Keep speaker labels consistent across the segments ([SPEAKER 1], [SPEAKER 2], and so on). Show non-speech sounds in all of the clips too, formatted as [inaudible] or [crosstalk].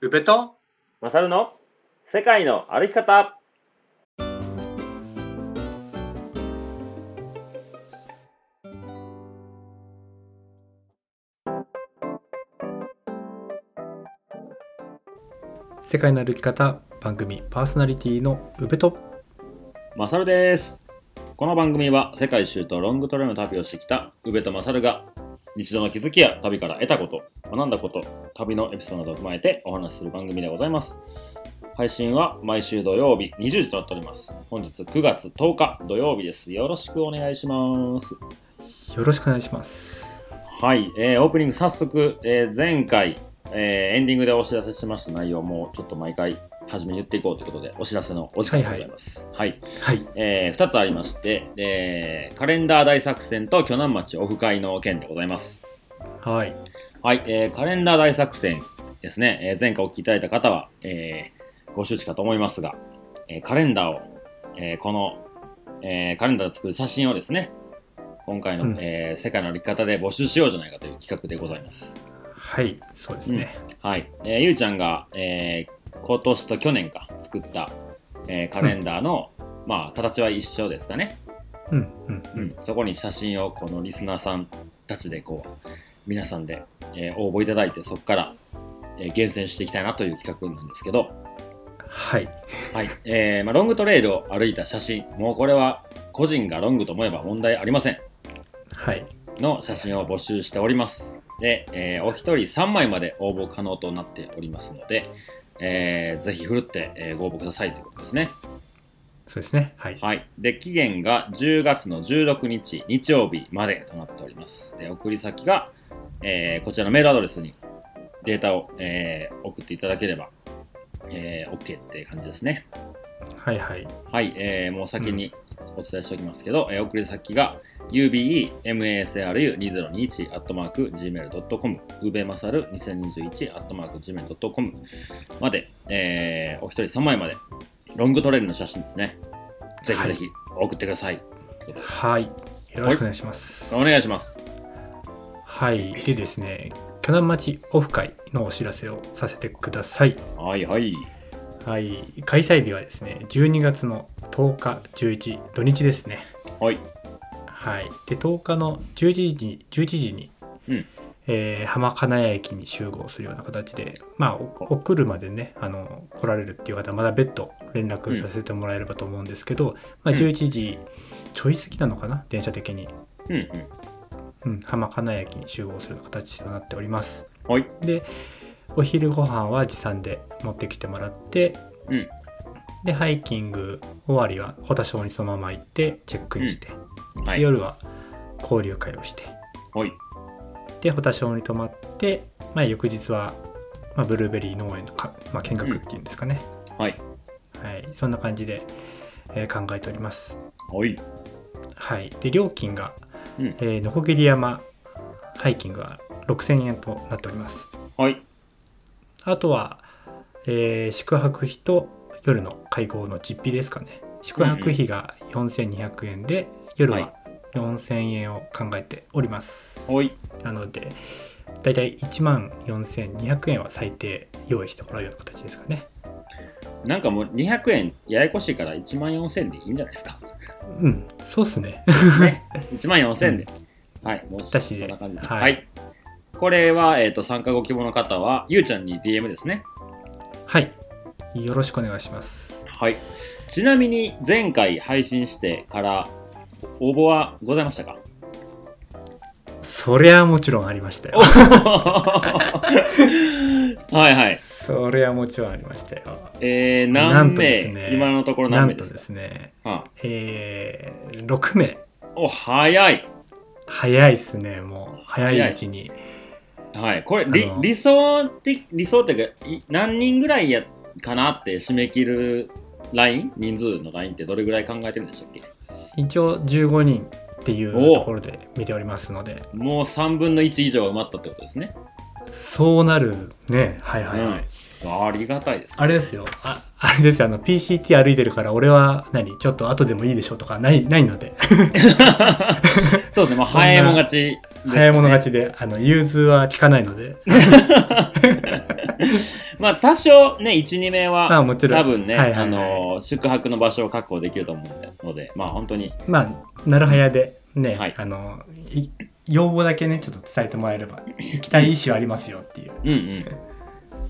[SPEAKER 1] うべと
[SPEAKER 2] マサルの世界の歩き方
[SPEAKER 3] 世界の歩き方番組パーソナリティの宇部と
[SPEAKER 2] マサルですこの番組は世界一周とロングトレイルの旅をしてきた宇部とマサルが日常の気づきや旅から得たこと学んだこと旅のエピソードなどを踏まえてお話しする番組でございます配信は毎週土曜日20時となっております本日9月10日土曜日ですよろしくお願いします
[SPEAKER 3] よろしくお願いします
[SPEAKER 2] はい、えーオープニング早速、えー前回、えーエンディングでお知らせしました内容もちょっと毎回初めに言っていこうということでお知らせのお時間でございます。はい、
[SPEAKER 3] はい
[SPEAKER 2] え2つありまして、えーカレンダー大作戦と鋸南町オフ会の件でございます。
[SPEAKER 3] はい
[SPEAKER 2] はい、えーカレンダー大作戦ですね、えー前回お聞きいただいた方は、えーご周知かと思いますが、えーカレンダーを、えーこの、えーカレンダーで作る写真をですね、今回の、
[SPEAKER 3] うん
[SPEAKER 2] えー世界の歩き方で募集しようじゃないかという企画でございます。
[SPEAKER 3] はいそうですね、
[SPEAKER 2] はい、えーゆうちゃんが、えー今年と去年か作った、えーカレンダーの、まあ、形は一緒ですかね。
[SPEAKER 3] うん、うんうん
[SPEAKER 2] そこに写真をこのリスナーさんたちでこう皆さんで、えー応募いただいてそこから、えー厳選していきたいなという企画なんですけど、
[SPEAKER 3] はい
[SPEAKER 2] はいえーまあ、ロングトレイルを歩いた写真もうこれは個人がロングと思えば問題ありません
[SPEAKER 3] はい
[SPEAKER 2] の写真を募集しておりますで、えーお一人3枚まで応募可能となっておりますので、えーぜひふるって、えーご応募くださいということですね
[SPEAKER 3] そうですねはい
[SPEAKER 2] はい。で、期限が10月の16日、日曜日までとなっております。で、送り先が、えーこちらのメールアドレスにデータを、えー送っていただければ、えー OK って感じですね。
[SPEAKER 3] はいはい
[SPEAKER 2] はい。えーもう先にお伝えしておきますけど、えー送り先が ubemasru2021-gmail.com うべまさる 2021-gmail.com まで、えーお一人3枚まで、ロングトレイルの写真ですね。ぜひぜひ送ってください。
[SPEAKER 3] はいよろしくお願いします
[SPEAKER 2] お願いします。
[SPEAKER 3] はいでですね鋸南町オフ会のお知らせをさせてください
[SPEAKER 2] はいはい。
[SPEAKER 3] はい開催日はですね12月の10日11土日ですね
[SPEAKER 2] はい。
[SPEAKER 3] はい、で10日の11時に ,11 時に、
[SPEAKER 2] うん
[SPEAKER 3] えー浜金谷駅に集合するような形で、まあ、おお車でねあの来られるっていう方はまだ別途連絡させてもらえればと思うんですけど、まあ、
[SPEAKER 2] うん
[SPEAKER 3] 11時ちょい過ぎなのかな電車的に、
[SPEAKER 2] うんうん。
[SPEAKER 3] うん、浜金谷駅に集合するような形となっております
[SPEAKER 2] はい。
[SPEAKER 3] でお昼ご飯は持参で持ってきてもらって
[SPEAKER 2] うん。
[SPEAKER 3] でハイキング終わりは保田小にそのまま行ってチェックインして、
[SPEAKER 2] はい。
[SPEAKER 3] 夜は交流会をして
[SPEAKER 2] はい。
[SPEAKER 3] で保田小に泊まって、まあ、翌日は、まあ、ブルーベリー農園のか、まあ、見学っていうんですかね、
[SPEAKER 2] はい。
[SPEAKER 3] はい、そんな感じで、えー考えております、
[SPEAKER 2] はい。
[SPEAKER 3] はい、で料金が、
[SPEAKER 2] うん
[SPEAKER 3] えーのこぎり山ハイキングは6000円となっております
[SPEAKER 2] はい。
[SPEAKER 3] あとは、えー宿泊費と夜の会合の実費ですかね宿泊費が4200円で、夜
[SPEAKER 2] はい
[SPEAKER 3] は4000円を考えております、
[SPEAKER 2] はい。
[SPEAKER 3] なので、だいたい1万4200円は最低用意してもらうような形ですかね。
[SPEAKER 2] なんかもう200円ややこしいから1万4000でいいんじゃないですか。
[SPEAKER 3] うん、そうっすね。 [laughs]
[SPEAKER 2] [laughs] ね。1万4000で。はい。もう
[SPEAKER 3] だし
[SPEAKER 2] そんな感じで。
[SPEAKER 3] はい
[SPEAKER 2] はい。これは、えっ、と、参加ご希望の方は、ゆうちゃんに DM ですね。
[SPEAKER 3] はい。よろしくお願いします。
[SPEAKER 2] はい。ちなみに、前回配信してから、応募はございま
[SPEAKER 3] [laughs]
[SPEAKER 2] したか
[SPEAKER 3] そりゃもちろんありましたよ。
[SPEAKER 2] はいはい。
[SPEAKER 3] そりゃもちろんありましたよ。
[SPEAKER 2] えー、
[SPEAKER 3] な
[SPEAKER 2] 何
[SPEAKER 3] んと
[SPEAKER 2] 名
[SPEAKER 3] ですね
[SPEAKER 2] 今のところ
[SPEAKER 3] な
[SPEAKER 2] 何名
[SPEAKER 3] ん
[SPEAKER 2] で
[SPEAKER 3] と
[SPEAKER 2] すか
[SPEAKER 3] ですね、
[SPEAKER 2] は
[SPEAKER 3] えー、6名。
[SPEAKER 2] あお、早い。
[SPEAKER 3] 早いっすね、もう。早いうちに。
[SPEAKER 2] はい、これ理
[SPEAKER 3] あの
[SPEAKER 2] 理想的理想っていうかい何人ぐらいやかなって締め切るライン人数のラインってどれぐらい考えてるんでしたっけ
[SPEAKER 3] 一応15人っていう
[SPEAKER 2] お
[SPEAKER 3] ところで見ておりますので、
[SPEAKER 2] もう3分の1以上埋まったってことですね。
[SPEAKER 3] そうなるね。はいはいはい。
[SPEAKER 2] うんありがたいです。
[SPEAKER 3] あれですよああれですよあの PCT 歩いてるから俺は何ちょっと後でもいいでしょとかないないので
[SPEAKER 2] そうですね、まあ、早いもん勝ちですかね、
[SPEAKER 3] 早い者勝ちであの融通は効かないので
[SPEAKER 2] まあ、多少ね、1、2名
[SPEAKER 3] まあ
[SPEAKER 2] は、
[SPEAKER 3] もちろん
[SPEAKER 2] 多分ね、
[SPEAKER 3] はいは
[SPEAKER 2] あ
[SPEAKER 3] いはい
[SPEAKER 2] のー宿泊の場所を確保できると思うので、まあ、本当に、
[SPEAKER 3] まあなるはやでね、
[SPEAKER 2] はい
[SPEAKER 3] あのい要望だけねちょっと伝えてもらえれば行きたい意思はありますよっていう
[SPEAKER 2] うんうん。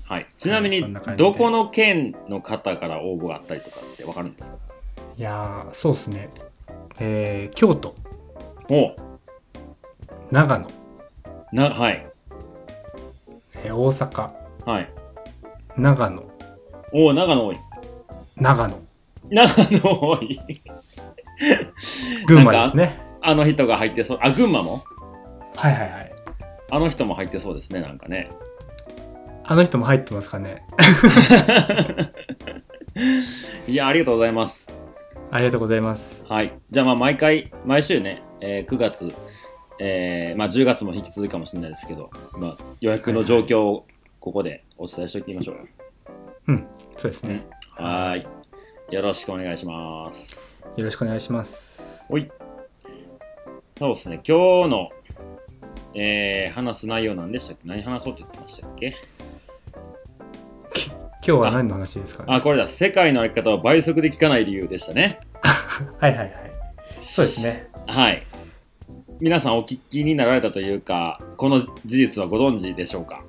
[SPEAKER 2] はい、ちなみ
[SPEAKER 3] そん
[SPEAKER 2] に
[SPEAKER 3] な感、じで
[SPEAKER 2] どこの県の方から応募があったりとかってわかるんですか
[SPEAKER 3] いやーそうですねえー京都
[SPEAKER 2] お
[SPEAKER 3] 長野、
[SPEAKER 2] な、はい、
[SPEAKER 3] えー大阪
[SPEAKER 2] はい。
[SPEAKER 3] 長野
[SPEAKER 2] おお、長野多い。 [laughs]
[SPEAKER 3] 長野
[SPEAKER 2] 長野多い。
[SPEAKER 3] 群馬ですね
[SPEAKER 2] あの人が入ってそう、あ、群馬も
[SPEAKER 3] はいはいはい
[SPEAKER 2] あの人も入ってそうですね、なんかね。
[SPEAKER 3] あの人も入ってますかね
[SPEAKER 2] いや、ありがとうございます。
[SPEAKER 3] ありがとうございます
[SPEAKER 2] はい。じゃあ、まあ、毎回、毎週ね、えー9月、えーまあ、10月も引き続くかもしれないですけど、まあ、予約の状況をここでお伝えしておきましょうよ。
[SPEAKER 3] うんそうですね
[SPEAKER 2] はーい。よろしくお願いします。
[SPEAKER 3] よろしくお願いします
[SPEAKER 2] はい。そうですね、今日の、えー話す内容なんでしたっけ何話そうって言ってましたっけ
[SPEAKER 3] 今日は何の話ですかね
[SPEAKER 2] あ、これだ。世界の歩き方を倍速で聞かない理由でしたね。
[SPEAKER 3] はいはいはいそうですね
[SPEAKER 2] はい。皆さんお聞きになられたというか、この事実はご存知でしょうか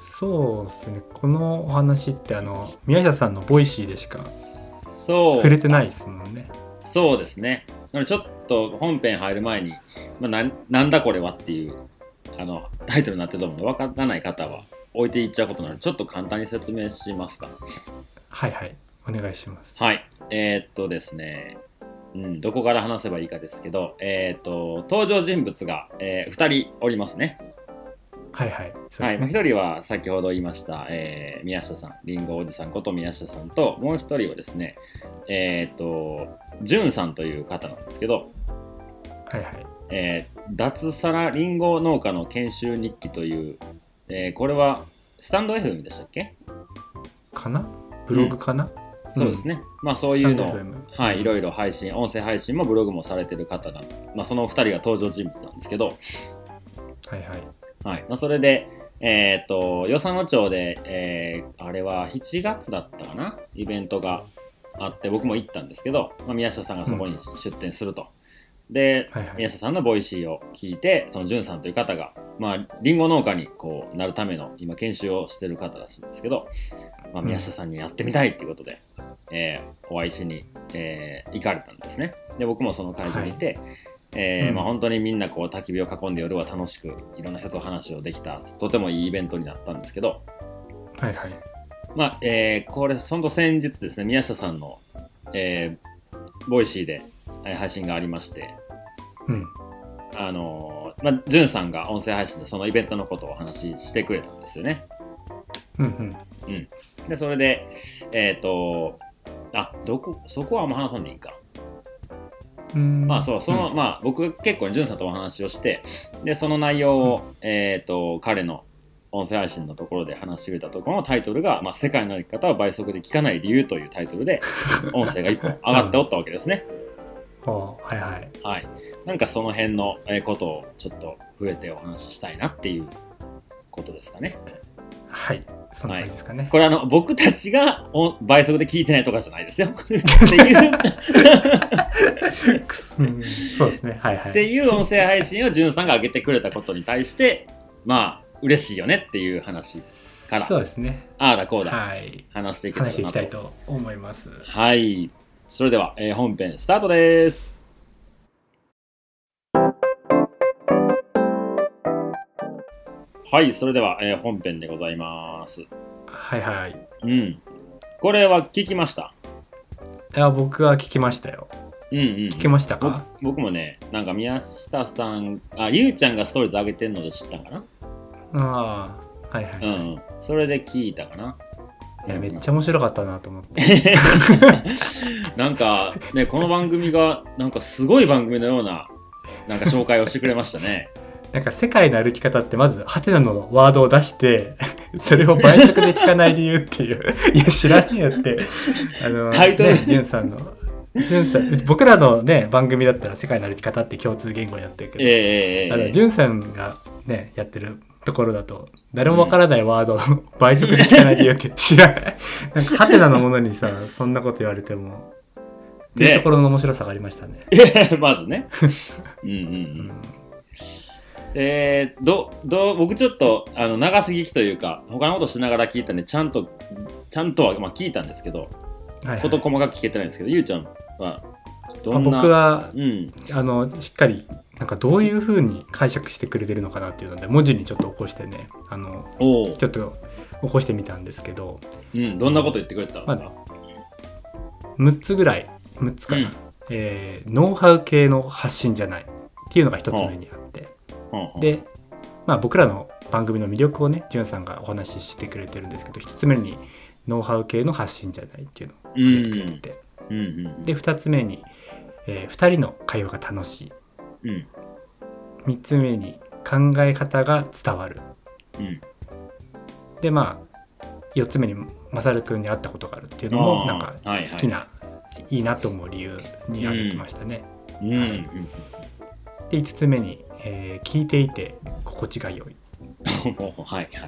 [SPEAKER 3] そうですねこのお話ってあの宮下さんのボイシーでしか
[SPEAKER 2] そう
[SPEAKER 3] 触れてないですもんね
[SPEAKER 2] そうですね。なのでちょっと本編入る前に、まあ、なんなんだこれはっていうあのタイトルになってると思うので、わからない方は置いていっちゃうことになるので、ちょっと簡単に説明しますか。
[SPEAKER 3] はいはいお願いします
[SPEAKER 2] はい。えーっとですね、うん、どこから話せばいいかですけど、えーっと、登場人物が、え2人おりますね。
[SPEAKER 3] はいはいそう
[SPEAKER 2] は
[SPEAKER 3] で
[SPEAKER 2] い
[SPEAKER 3] す
[SPEAKER 2] まあ、
[SPEAKER 3] ね
[SPEAKER 2] 1人は先ほど言いました、えー宮下さん、リンゴおじさんこと宮下さんと、もう1人はですね、えーっと、じゅんさんという方なんですけど、
[SPEAKER 3] はいはい
[SPEAKER 2] えー脱サラリンゴ農家の研修日記という、えーこれはスタンド FM でしたっけ、
[SPEAKER 3] かなブログかな、
[SPEAKER 2] そうですね。まあそう
[SPEAKER 3] こ
[SPEAKER 2] いうのを、は、
[SPEAKER 3] はい
[SPEAKER 2] いろいろ配信、音声配信もブログもされてる方なのまあそのお二人が登場人物なんですけど、
[SPEAKER 3] はいはい
[SPEAKER 2] はいまあ、それで、えっと与謝野町で、えーあれは7月だったかなイベントがあって僕も行ったんですけど、まあ、宮下さんがそこに出店すると、で、
[SPEAKER 3] はいはい
[SPEAKER 2] 宮下さんのボイシーを聞いてその潤さんという方が、まあ、リンゴ農家にこうなるための今研修をしてる方らしいんですけど、まあ、
[SPEAKER 3] うん
[SPEAKER 2] 宮下さんにやってみたいっていうことで、えーお会いしに、えー行かれたんですねで僕もその会場にいて、えー
[SPEAKER 3] うん
[SPEAKER 2] まあ、本当にみんなこう焚き火を囲んで夜は楽しくいろんな人と話をできたとてもいいイベントになったんですけど、
[SPEAKER 3] はいはい
[SPEAKER 2] まあえーこれその先日ですね宮下さんの、えーボイシーでえー配信がありまして、
[SPEAKER 3] うん
[SPEAKER 2] あのーまあ、ジュンさんが音声配信でそのイベントのことをお話ししてくれたんですよね。
[SPEAKER 3] うんうん
[SPEAKER 2] でそれでえっ、とあどこそこはあんま話さんでいいか。
[SPEAKER 3] うん
[SPEAKER 2] まあそう、その、まあ僕結構ジュンさんとお話をして、で、その内容を、えっ、と、彼の音声配信のところで話してくれたところのタイトルが、まあ世界の歩き方は倍速で聞かない理由というタイトルで、音声が一本上がっておったわけですね。
[SPEAKER 3] うんおはいはい
[SPEAKER 2] はい。なんかその辺のえーことをちょっと触れてお話ししたいなっていうことですかね。
[SPEAKER 3] はいそんな感じですかね、
[SPEAKER 2] これあの、僕たちがお倍速で聞いてないとかじゃないですよ。 [laughs] っていう。
[SPEAKER 3] くすうんそうですねはいは
[SPEAKER 2] っ
[SPEAKER 3] い
[SPEAKER 2] ていう音声配信をじゅんさんが上げてくれたことに対してまあ嬉しいよねっていう話から
[SPEAKER 3] そうですね
[SPEAKER 2] ああだこうだ、
[SPEAKER 3] はい
[SPEAKER 2] 話していけたら
[SPEAKER 3] 話してい
[SPEAKER 2] な
[SPEAKER 3] き
[SPEAKER 2] と
[SPEAKER 3] たいと思います
[SPEAKER 2] はいそれでは、えー本編スタートですはいそれでは、えー本編でございます
[SPEAKER 3] はいはい
[SPEAKER 2] うんこれは聞きました
[SPEAKER 3] いや僕は聞きましたよ
[SPEAKER 2] うんうん
[SPEAKER 3] 聞きました
[SPEAKER 2] 僕
[SPEAKER 3] か
[SPEAKER 2] 僕もねなんか宮下さんありゅうちゃんがストーリーズ上げてるので知ったんかな
[SPEAKER 3] ああはいはい、
[SPEAKER 2] うんうん、それで聞いたかな。
[SPEAKER 3] いやめっちゃ面白かったなと思って
[SPEAKER 2] なんかね、この番組がなんかすごい番組のようななん
[SPEAKER 3] [laughs]
[SPEAKER 2] か紹介をしてくれましたね。
[SPEAKER 3] なんか世界の歩き方ってまずハテナのワードを出して [laughs] それを倍速で聞かない理由っていう。 [laughs] いや、知らんやって。あの、
[SPEAKER 2] タイトル
[SPEAKER 3] ね、ジュンさんの。ジュンさん、僕らのね、番組だったら世界の歩き方って共通言語になってるけど、
[SPEAKER 2] ええええ
[SPEAKER 3] あの
[SPEAKER 2] え
[SPEAKER 3] ジュンさんがね、やってるところだと、誰もわからないワードを [laughs] 倍速で聞かない理由って知ら
[SPEAKER 2] [laughs]
[SPEAKER 3] ない。なんか、ハテナのものにさ、そんなこと言われても、っていうところの面白さがありましたね。
[SPEAKER 2] え [laughs] まずね。うんうん
[SPEAKER 3] う
[SPEAKER 2] うん。
[SPEAKER 3] ん、
[SPEAKER 2] えー、ど、ど、僕ちょっと、あの、流す聞きというか、他のことしながら聞いたんで、ちゃんと、ちゃんとは、まあ聞いたんですけど、
[SPEAKER 3] はい、は
[SPEAKER 2] こと
[SPEAKER 3] い。
[SPEAKER 2] 細かく聞けてないんですけど、ゆうちゃんは、ど
[SPEAKER 3] あ
[SPEAKER 2] んな。
[SPEAKER 3] 僕は
[SPEAKER 2] うん。
[SPEAKER 3] あのしっかりなんかどういうふうに解釈してくれてるのかなっていうので文字にちょっと起こしてねあの
[SPEAKER 2] おう
[SPEAKER 3] ちょっと起こしてみたんですけど
[SPEAKER 2] うん、どんなこと言ってくれたんですか、
[SPEAKER 3] 6つぐらい6つかな、
[SPEAKER 2] うん
[SPEAKER 3] えーノウハウ系の発信じゃないっていうのが1つ目にあって
[SPEAKER 2] うんうん、
[SPEAKER 3] で、まあ、僕らの番組の魅力をねじゅんさんがお話ししてくれてるんですけど1つ目にノウハウ系の発信じゃないっていうのを
[SPEAKER 2] うん、
[SPEAKER 3] 言ってくれてて、
[SPEAKER 2] うんうん、
[SPEAKER 3] で2つ目に、え2人の会話が楽しい
[SPEAKER 2] うん、
[SPEAKER 3] 3つ目に考え方が伝わる
[SPEAKER 2] うん、
[SPEAKER 3] でまあ4つ目にマサル君に会ったことがあるっていうの
[SPEAKER 2] あ
[SPEAKER 3] も
[SPEAKER 2] ー
[SPEAKER 3] なんか
[SPEAKER 2] はいはい
[SPEAKER 3] 好きな、いい、なと思う理由に挙げてましたね。
[SPEAKER 2] うん、うんうん
[SPEAKER 3] で5つ目に、えー聞いていて心地が良い。
[SPEAKER 2] もう、はいは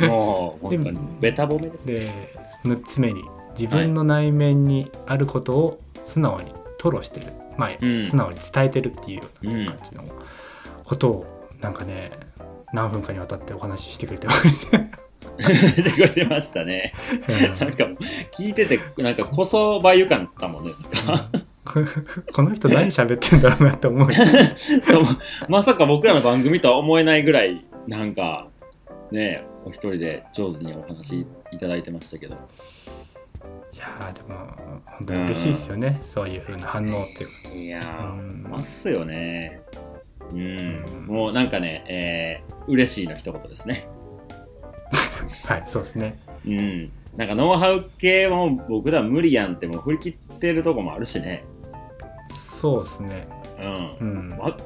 [SPEAKER 2] い。もう、
[SPEAKER 3] で
[SPEAKER 2] 本当に、ベタ褒めですね。
[SPEAKER 3] で6つ目に自分の内面にあることを素直に吐露してる、まあ
[SPEAKER 2] うん
[SPEAKER 3] 素直に伝えてるっていうような感じのことをなんかね何分かにわたってお話ししてくれてました。
[SPEAKER 2] 出てくれてましたね。なん [laughs] か、聞いてて、なんか、こそばゆかったもんね。 [laughs]
[SPEAKER 3] この人何喋ってんだろうなって
[SPEAKER 2] [laughs]
[SPEAKER 3] 思うよ
[SPEAKER 2] そうまさか僕らの番組とは思えないぐらい、なんか、ね、お一人で上手にお話いただいてましたけど。
[SPEAKER 3] いやーでも本当に嬉しいですよね、そういう風な反応っていうか、
[SPEAKER 2] いや
[SPEAKER 3] うん
[SPEAKER 2] ー、ますよね。うん
[SPEAKER 3] うん、
[SPEAKER 2] もうなんかね、えー、嬉しいの一言ですね。
[SPEAKER 3] はいそうですね
[SPEAKER 2] うん。なんかノウハウ系も僕ら無理やんってもう振り切ってるとこもあるしね。
[SPEAKER 3] そうですね
[SPEAKER 2] うん
[SPEAKER 3] う。ん、
[SPEAKER 2] わ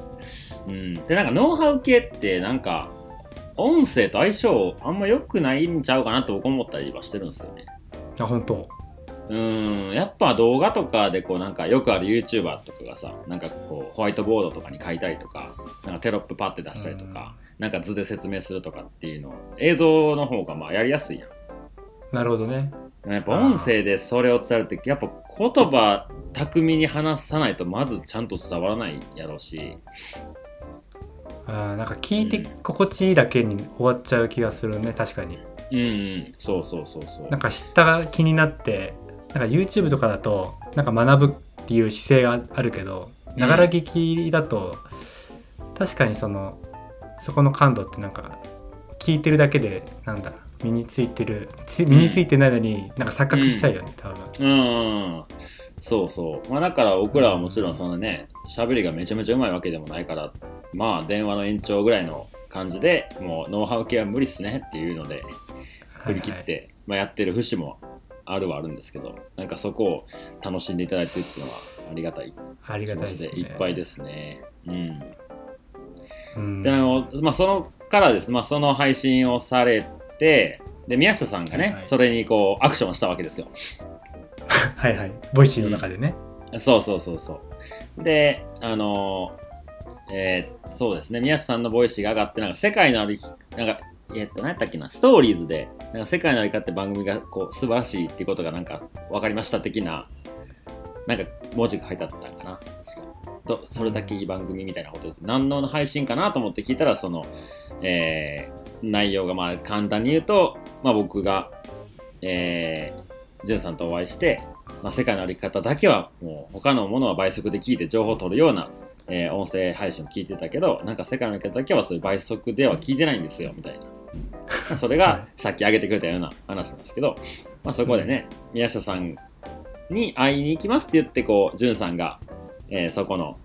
[SPEAKER 2] うん、でなんかノウハウ系ってなんか音声と相性あんま良くないんちゃうかなって僕思ったりはしてるんですよね。
[SPEAKER 3] あ本当
[SPEAKER 2] うんやっぱ動画とかでこうなんかよくある YouTuber とかがさなんかこうホワイトボードとかに書いたりとかなんかテロップパッて出したりとか、なんか図で説明するとかっていうの映像の方がまあやりやすいやん。
[SPEAKER 3] なるほどね
[SPEAKER 2] やっぱ音声でそれを伝えるってやっぱ言葉巧みに話さないとまずちゃんと伝わらないやろうし。
[SPEAKER 3] あーなんか聞いて心地いいだけに終わっちゃう気がするね確かに
[SPEAKER 2] うんうん、そうそうそうそう。
[SPEAKER 3] なんか知ったが気になってなんか YouTube とかだとなんか学ぶっていう姿勢があるけどながら聞きだと、確かにそのそこの感度ってなんか聞いてるだけでなんだ身についてるつ身についてないのになんか錯覚しちゃうよね、多分
[SPEAKER 2] うん、そうそう。まあだから僕らはもちろんそんなね、喋りがめちゃめちゃうまいわけでもないから、まあ電話の延長ぐらいの感じで、もうノウハウ系は無理っすねっていうので、振り切って、まあやってる節もあるはあるんですけど、なんかそこを楽しんでいただいてるっていうのはありがたい
[SPEAKER 3] あり
[SPEAKER 2] 気
[SPEAKER 3] がたい
[SPEAKER 2] 持ち
[SPEAKER 3] ですね
[SPEAKER 2] でいっぱいですね。うん。
[SPEAKER 3] うん
[SPEAKER 2] であのまあ、そのからです、まあ、その配信をされてで宮下さんがね、
[SPEAKER 3] はいはい
[SPEAKER 2] それにこうアクションしたわけですよ
[SPEAKER 3] はいはいボイシーの中でね、
[SPEAKER 2] そうそうそうそうであのえーそうですね宮下さんのボイシーが上がってなんか世界の歩きなんかえっと何やったっけなストーリーズで「なんか世界の歩き方」って番組がこう素晴らしいっていうことがなんか分かりました的ななんか文字が書いてあったんかな確かとそれだけいい番組みたいなことで何の配信かなと思って聞いたらその、えー内容がまあ簡単に言うと、まあ、僕が、えー、ジュンさんとお会いして、まあ、世界の歩き方だけはもう他のものは倍速で聞いて情報を取るような、えー音声配信を聞いてたけどなんか世界の歩き方だけはそういう倍速では聞いてないんですよみたいな。まあそれ
[SPEAKER 3] はい
[SPEAKER 2] がさっき挙げてくれたような話なんですけど、まあ、そこでね、宮下さんに会いに行きますって言ってこう潤さんが、えーそこの、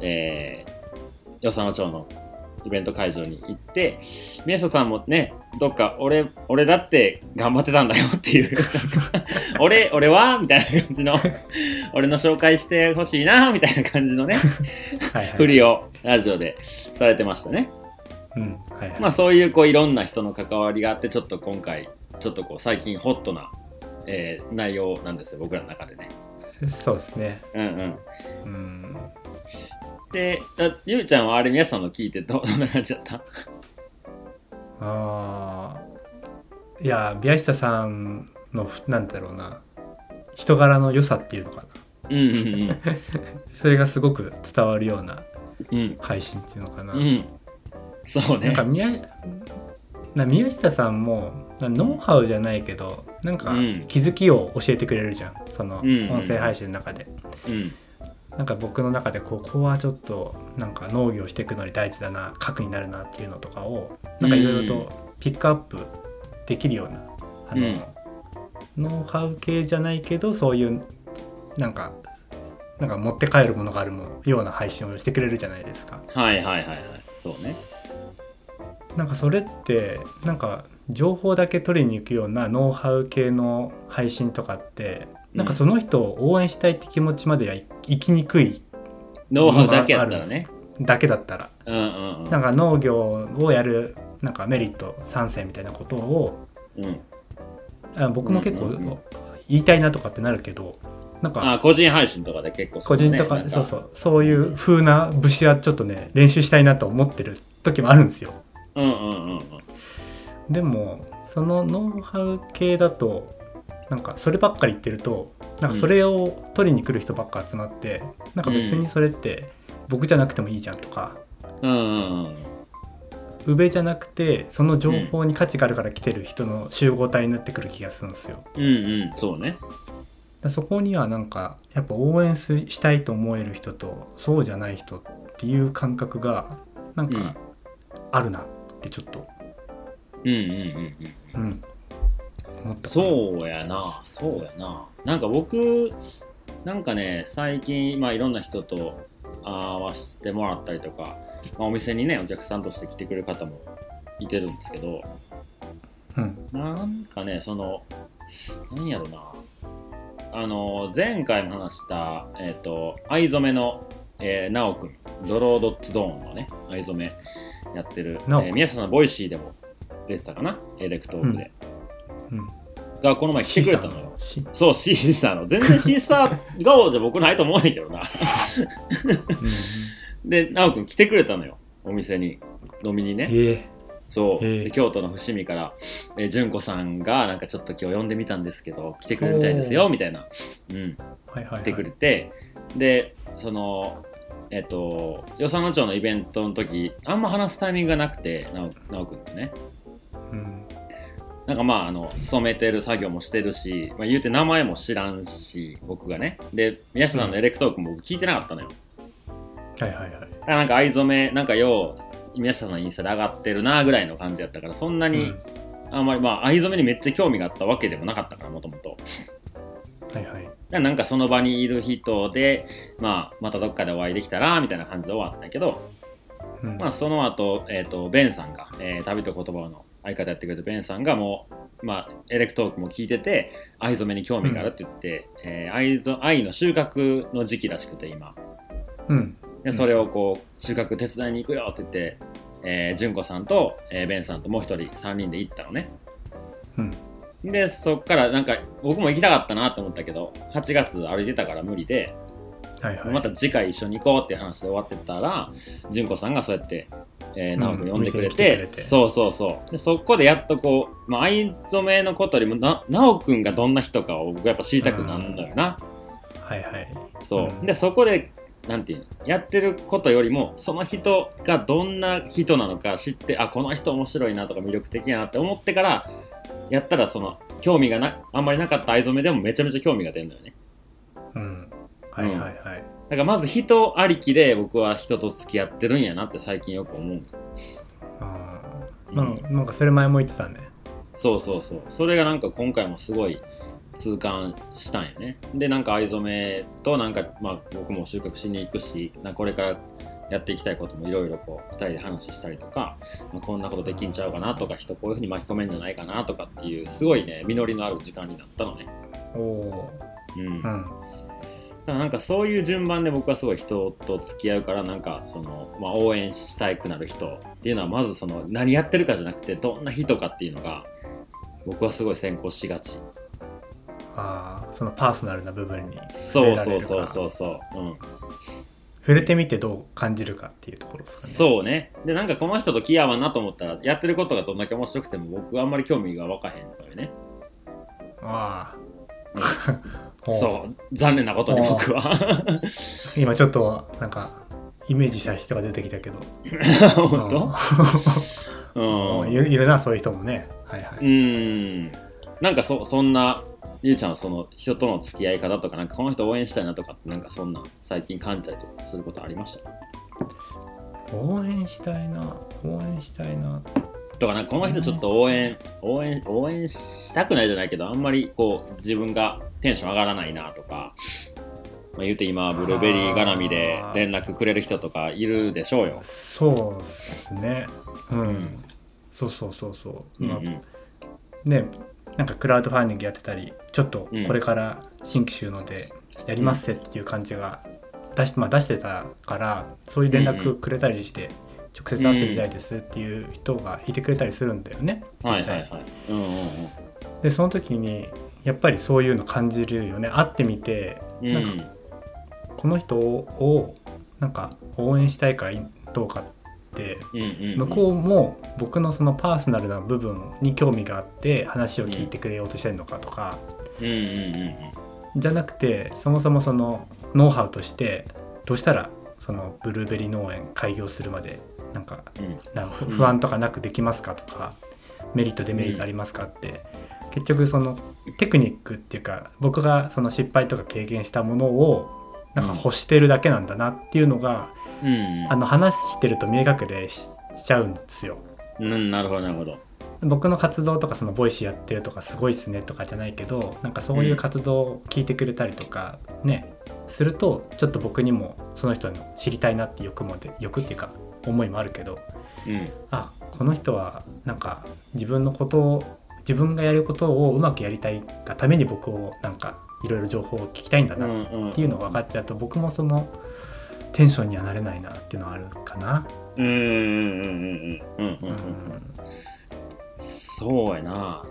[SPEAKER 2] えー、与謝野町のイベント会場に行って宮下さんもねどっか俺俺だって頑張ってたんだよっていうなんか俺俺はみたいな感じの俺の紹介してほしいなみたいな感じのね
[SPEAKER 3] はいはい
[SPEAKER 2] ふりをラジオでされてましたね。
[SPEAKER 3] うんはいはい、
[SPEAKER 2] まあそういうこういろんな人の関わりがあってちょっと今回ちょっとこう最近ホットな、えー内容なんですよ僕らの中でね。
[SPEAKER 3] そうですね
[SPEAKER 2] うんうん、
[SPEAKER 3] うん
[SPEAKER 2] でだゆうちゃんはあれ皆さんの聞いて [laughs] どどんな感じだった
[SPEAKER 3] あーいや宮下さんのなんだろうな人柄の良さっていうのかな
[SPEAKER 2] うんうん
[SPEAKER 3] それがすごく伝わるような
[SPEAKER 2] うん
[SPEAKER 3] 配信っていうのかな、
[SPEAKER 2] うんうんそう
[SPEAKER 3] な
[SPEAKER 2] ね
[SPEAKER 3] んか宮な宮下さんもなノウハウじゃないけどなんか
[SPEAKER 2] うん
[SPEAKER 3] 気づきを教えてくれるじゃんその
[SPEAKER 2] うんうん
[SPEAKER 3] 音声配信の中で、
[SPEAKER 2] うん
[SPEAKER 3] なんか僕の中でここはちょっとなんか農業していくのに大事だな核になるなっていうのとかをなんかいろいろとピックアップできるようなあの、ノウハウ系じゃないけどそういうなんかなんか持って帰るものがあるもような配信をしてくれるじゃないですか。
[SPEAKER 2] はいはいはいはいそうね
[SPEAKER 3] なんかそれってなんか情報だけ取りに行くようなノウハウ系の配信とかってなんかその人を応援したいって気持ちまではい行きにくい
[SPEAKER 2] ノウハウだけやったらね
[SPEAKER 3] だけだったら
[SPEAKER 2] うんうん
[SPEAKER 3] なんか農業をやるなんかメリット3選みたいなことを
[SPEAKER 2] うんうん
[SPEAKER 3] あ僕も結構
[SPEAKER 2] うんうんうん
[SPEAKER 3] 言いたいなとかってなるけどなんか
[SPEAKER 2] あ個人配信とかで結構そ
[SPEAKER 3] 個
[SPEAKER 2] うね
[SPEAKER 3] 人とか
[SPEAKER 2] なん
[SPEAKER 3] そうそうそういう風な節はちょっとね練習したいなと思ってる時もあるんですよ
[SPEAKER 2] うんうんうんうん
[SPEAKER 3] でもそのノウハウ系だとなんかそればっかり言ってるとなんかそれを取りに来る人ばっか集まって、なんか別にそれって僕じゃなくてもいいじゃんとか
[SPEAKER 2] うんうんうん
[SPEAKER 3] 宇部じゃなくてその情報に価値があるから来てる人の集合体になってくる気がするんですよ。
[SPEAKER 2] うんうんそうね
[SPEAKER 3] だからそこにはなんかやっぱ応援すしたいと思える人とそうじゃない人っていう感覚がなん
[SPEAKER 2] うん
[SPEAKER 3] かあるなってちょっと、
[SPEAKER 2] うんうんうんうん
[SPEAKER 3] うん、思ったかな
[SPEAKER 2] そうやな、そうやな。なんか僕、なんかね、最近、まあ、いろんな人と会わせてもらったりとか、まあ、お店にね、お客さんとして来てくれる方もいてるんですけど、
[SPEAKER 3] うん
[SPEAKER 2] なんかね、その、何やろな。あの、前回も話した、えっ、と、藍染めの、えー、なおくん、ドロードッツドーンのね、藍染めやってる、え
[SPEAKER 3] なおくん
[SPEAKER 2] ー、宮下さんのボイシーでも出てたかな、エレクトークで。
[SPEAKER 3] うん
[SPEAKER 2] が、この前来てくれたのよ。
[SPEAKER 3] C
[SPEAKER 2] そう、シーサーの。全然シーサー顔じゃ僕ないと思わねんけどな。 [laughs]
[SPEAKER 3] さんうん
[SPEAKER 2] で、なおくん来てくれたのよ。お店に。飲みにね。
[SPEAKER 3] ええ
[SPEAKER 2] そう。
[SPEAKER 3] ええ
[SPEAKER 2] で京都の伏見から、えー、純子さんが、なんかちょっと今日呼んでみたんですけど、来てくれるみたいですよ、みたいな。うん。
[SPEAKER 3] はいはい、はい、
[SPEAKER 2] 来てくれて、で、その、えっ、と、与謝野町のイベントの時、あんま話すタイミングがなくて、なおなおくんとね。
[SPEAKER 3] うん
[SPEAKER 2] なんかまあ、あの、染めてる作業もしてるし、まあ、言うて名前も知らんし、僕がね。で、宮下さんのエレクトークも僕聞いてなかったのよ。
[SPEAKER 3] はいはいはい
[SPEAKER 2] あなんか藍染めなんかよう宮下さんのインスタで上がってるなぐらいの感じやったからそんな
[SPEAKER 3] う
[SPEAKER 2] に、
[SPEAKER 3] ん
[SPEAKER 2] あんまりまあ藍染めにめっちゃ興味があったわけでもなかったからもともと
[SPEAKER 3] はいはい
[SPEAKER 2] なんかその場にいる人で、まあ、またどっかでお会いできたらみたいな感じで終わったんやけど、
[SPEAKER 3] うん
[SPEAKER 2] まあ、その後、えっとベンさんが、えー旅と言葉の相方やってくれたベンさんがもう、まあ、エレクトークも聞いてて藍染めに興味があるって言って、えー藍染藍の収穫の時期らしくて今。
[SPEAKER 3] うん
[SPEAKER 2] でそれをこう収穫手伝いに行くよって言って、えー、純子さんと、えーベンさんともう一人3人で行ったのね
[SPEAKER 3] うん
[SPEAKER 2] でそっからなんか僕も行きたかったなと思ったけど8月歩いてたから無理で、
[SPEAKER 3] はいはい
[SPEAKER 2] また次回一緒に行こうっていう話で終わってたら純子さんがそうやって、えー、
[SPEAKER 3] うん
[SPEAKER 2] 直君呼んでくれて,、
[SPEAKER 3] お店に来てくれて
[SPEAKER 2] そうそうそうでそこでやっとこう、まあ、藍染めのことよりもな直君がどんな人かを僕やっぱ知りたくなるんだよな、
[SPEAKER 3] はいはい
[SPEAKER 2] そう、
[SPEAKER 3] うん
[SPEAKER 2] でそこでなんていうのやってることよりもその人がどんな人なのか知ってあこの人面白いなとか魅力的やなって思ってからやったらその興味がなあんまりなかった藍染めでもめちゃめちゃ興味が出るんだよね
[SPEAKER 3] うんはいはいはい、
[SPEAKER 2] だからまず人ありきで僕は人と付き合ってるんやなって最近よく思う
[SPEAKER 3] あー
[SPEAKER 2] う
[SPEAKER 3] ま
[SPEAKER 2] ん
[SPEAKER 3] あなんかそれ前も言ってたね
[SPEAKER 2] そうそうそうそれがなんか今回もすごい痛感したんやねでなんか藍染めとなんか、まあ、僕も収穫しに行くしなんかこれからやっていきたいこともいろいろこう2人で話したりとか、まあ、こんなことできんちゃうかなとか人こういうふうに巻き込めんじゃないかなとかっていうすごいね実りのある時間になったのね
[SPEAKER 3] おお
[SPEAKER 2] うん、
[SPEAKER 3] うん
[SPEAKER 2] だからなんかそういう順番で僕はすごい人と付き合うからなんかその、まあ、応援したくなる人っていうのはまずその何やってるかじゃなくてどんな人かっていうのが僕はすごい先行しがち
[SPEAKER 3] ああそのパーソナルな部分に
[SPEAKER 2] そうそうそうそうそう、うん、
[SPEAKER 3] 触れてみてどう感じるかっていうところですかね
[SPEAKER 2] そうねでなんかこの人と気合わんなと思ったらやってることがどんだけ面白くても僕はあんまり興味が湧かへんのよね
[SPEAKER 3] あ
[SPEAKER 2] うん
[SPEAKER 3] [laughs] あ
[SPEAKER 2] そう残念なことに
[SPEAKER 3] ほう
[SPEAKER 2] 僕は
[SPEAKER 3] う今ちょっとなんかイメージした人が出てきたけど
[SPEAKER 2] [laughs] 本当
[SPEAKER 3] [laughs] うん
[SPEAKER 2] うん
[SPEAKER 3] いるいるなそういう人もねはいは
[SPEAKER 2] う
[SPEAKER 3] い、
[SPEAKER 2] んなんかそそんなゆうちゃんはその人との付き合い方とかなんかこの人応援したいなとかってなんかそんな最近感じたりとかすることありました
[SPEAKER 3] 応援したいな応援したいな
[SPEAKER 2] とかなんかこの人ちょっと応援応援応援したくないじゃないけどあんまりこう自分がテンション上がらないなとか、まあ、言うて今ブルーベリー絡みで連絡くれる人とかいるでしょうよ。
[SPEAKER 3] そうっすねうん、そうそうそうそう、
[SPEAKER 2] うんう
[SPEAKER 3] まあ
[SPEAKER 2] ん
[SPEAKER 3] ねなんかクラウドファンディングやってたりちょっと
[SPEAKER 2] うん
[SPEAKER 3] これから新規収納でやりますせっていう感じが出し,、まあ、出してたからそういう連
[SPEAKER 2] うんうん
[SPEAKER 3] 絡くれたりして、直接会ってみたいですっていう人がいてくれたりするんだよね
[SPEAKER 2] はい
[SPEAKER 3] 実
[SPEAKER 2] はい
[SPEAKER 3] 際
[SPEAKER 2] はい。うんうんうん
[SPEAKER 3] でその時にやっぱりそういうの感じるよね会ってみて
[SPEAKER 2] うん
[SPEAKER 3] なんかこの人をなんか応援したいかどうかって
[SPEAKER 2] うんうんうん
[SPEAKER 3] 向こうも僕のそのパーソナルな部分に興味があって話を聞いてくれようとしてるのかとか、
[SPEAKER 2] うんうんうん
[SPEAKER 3] じゃなくてそもそもそのノウハウとしてどうしたらそのブルーベリー農園開業するまでなんか
[SPEAKER 2] うん
[SPEAKER 3] なんか
[SPEAKER 2] うん
[SPEAKER 3] 不安とかなくできますかとか、メリットデメリットありますかって、結局そのテクニックっていうか僕がその失敗とか経験したものをなんか欲してるだけなんだなっていうのが、
[SPEAKER 2] うん
[SPEAKER 3] あの話してると見え隠れししちゃうんですよ。
[SPEAKER 2] うんなるほどなるほど。
[SPEAKER 3] 僕の活動とかそのボイシーやってるとかすごいっすねとかじゃないけどなんかそういう活動を聞いてくれたりとかね、するとちょっと僕にもその人の知りたいなって欲もで欲っていうか思いもあるけど
[SPEAKER 2] うん
[SPEAKER 3] あこの人はなんか自分のことを自分がやることをうまくやりたいがために僕をなんかいろいろ情報を聞きたいんだ
[SPEAKER 2] う
[SPEAKER 3] なん
[SPEAKER 2] うん
[SPEAKER 3] っていうのが分かっちゃうと僕もそのテンションにはなれないなっていうのはあるかな。
[SPEAKER 2] うんうんうんうんうんうんうんうん
[SPEAKER 3] ん
[SPEAKER 2] そうやな。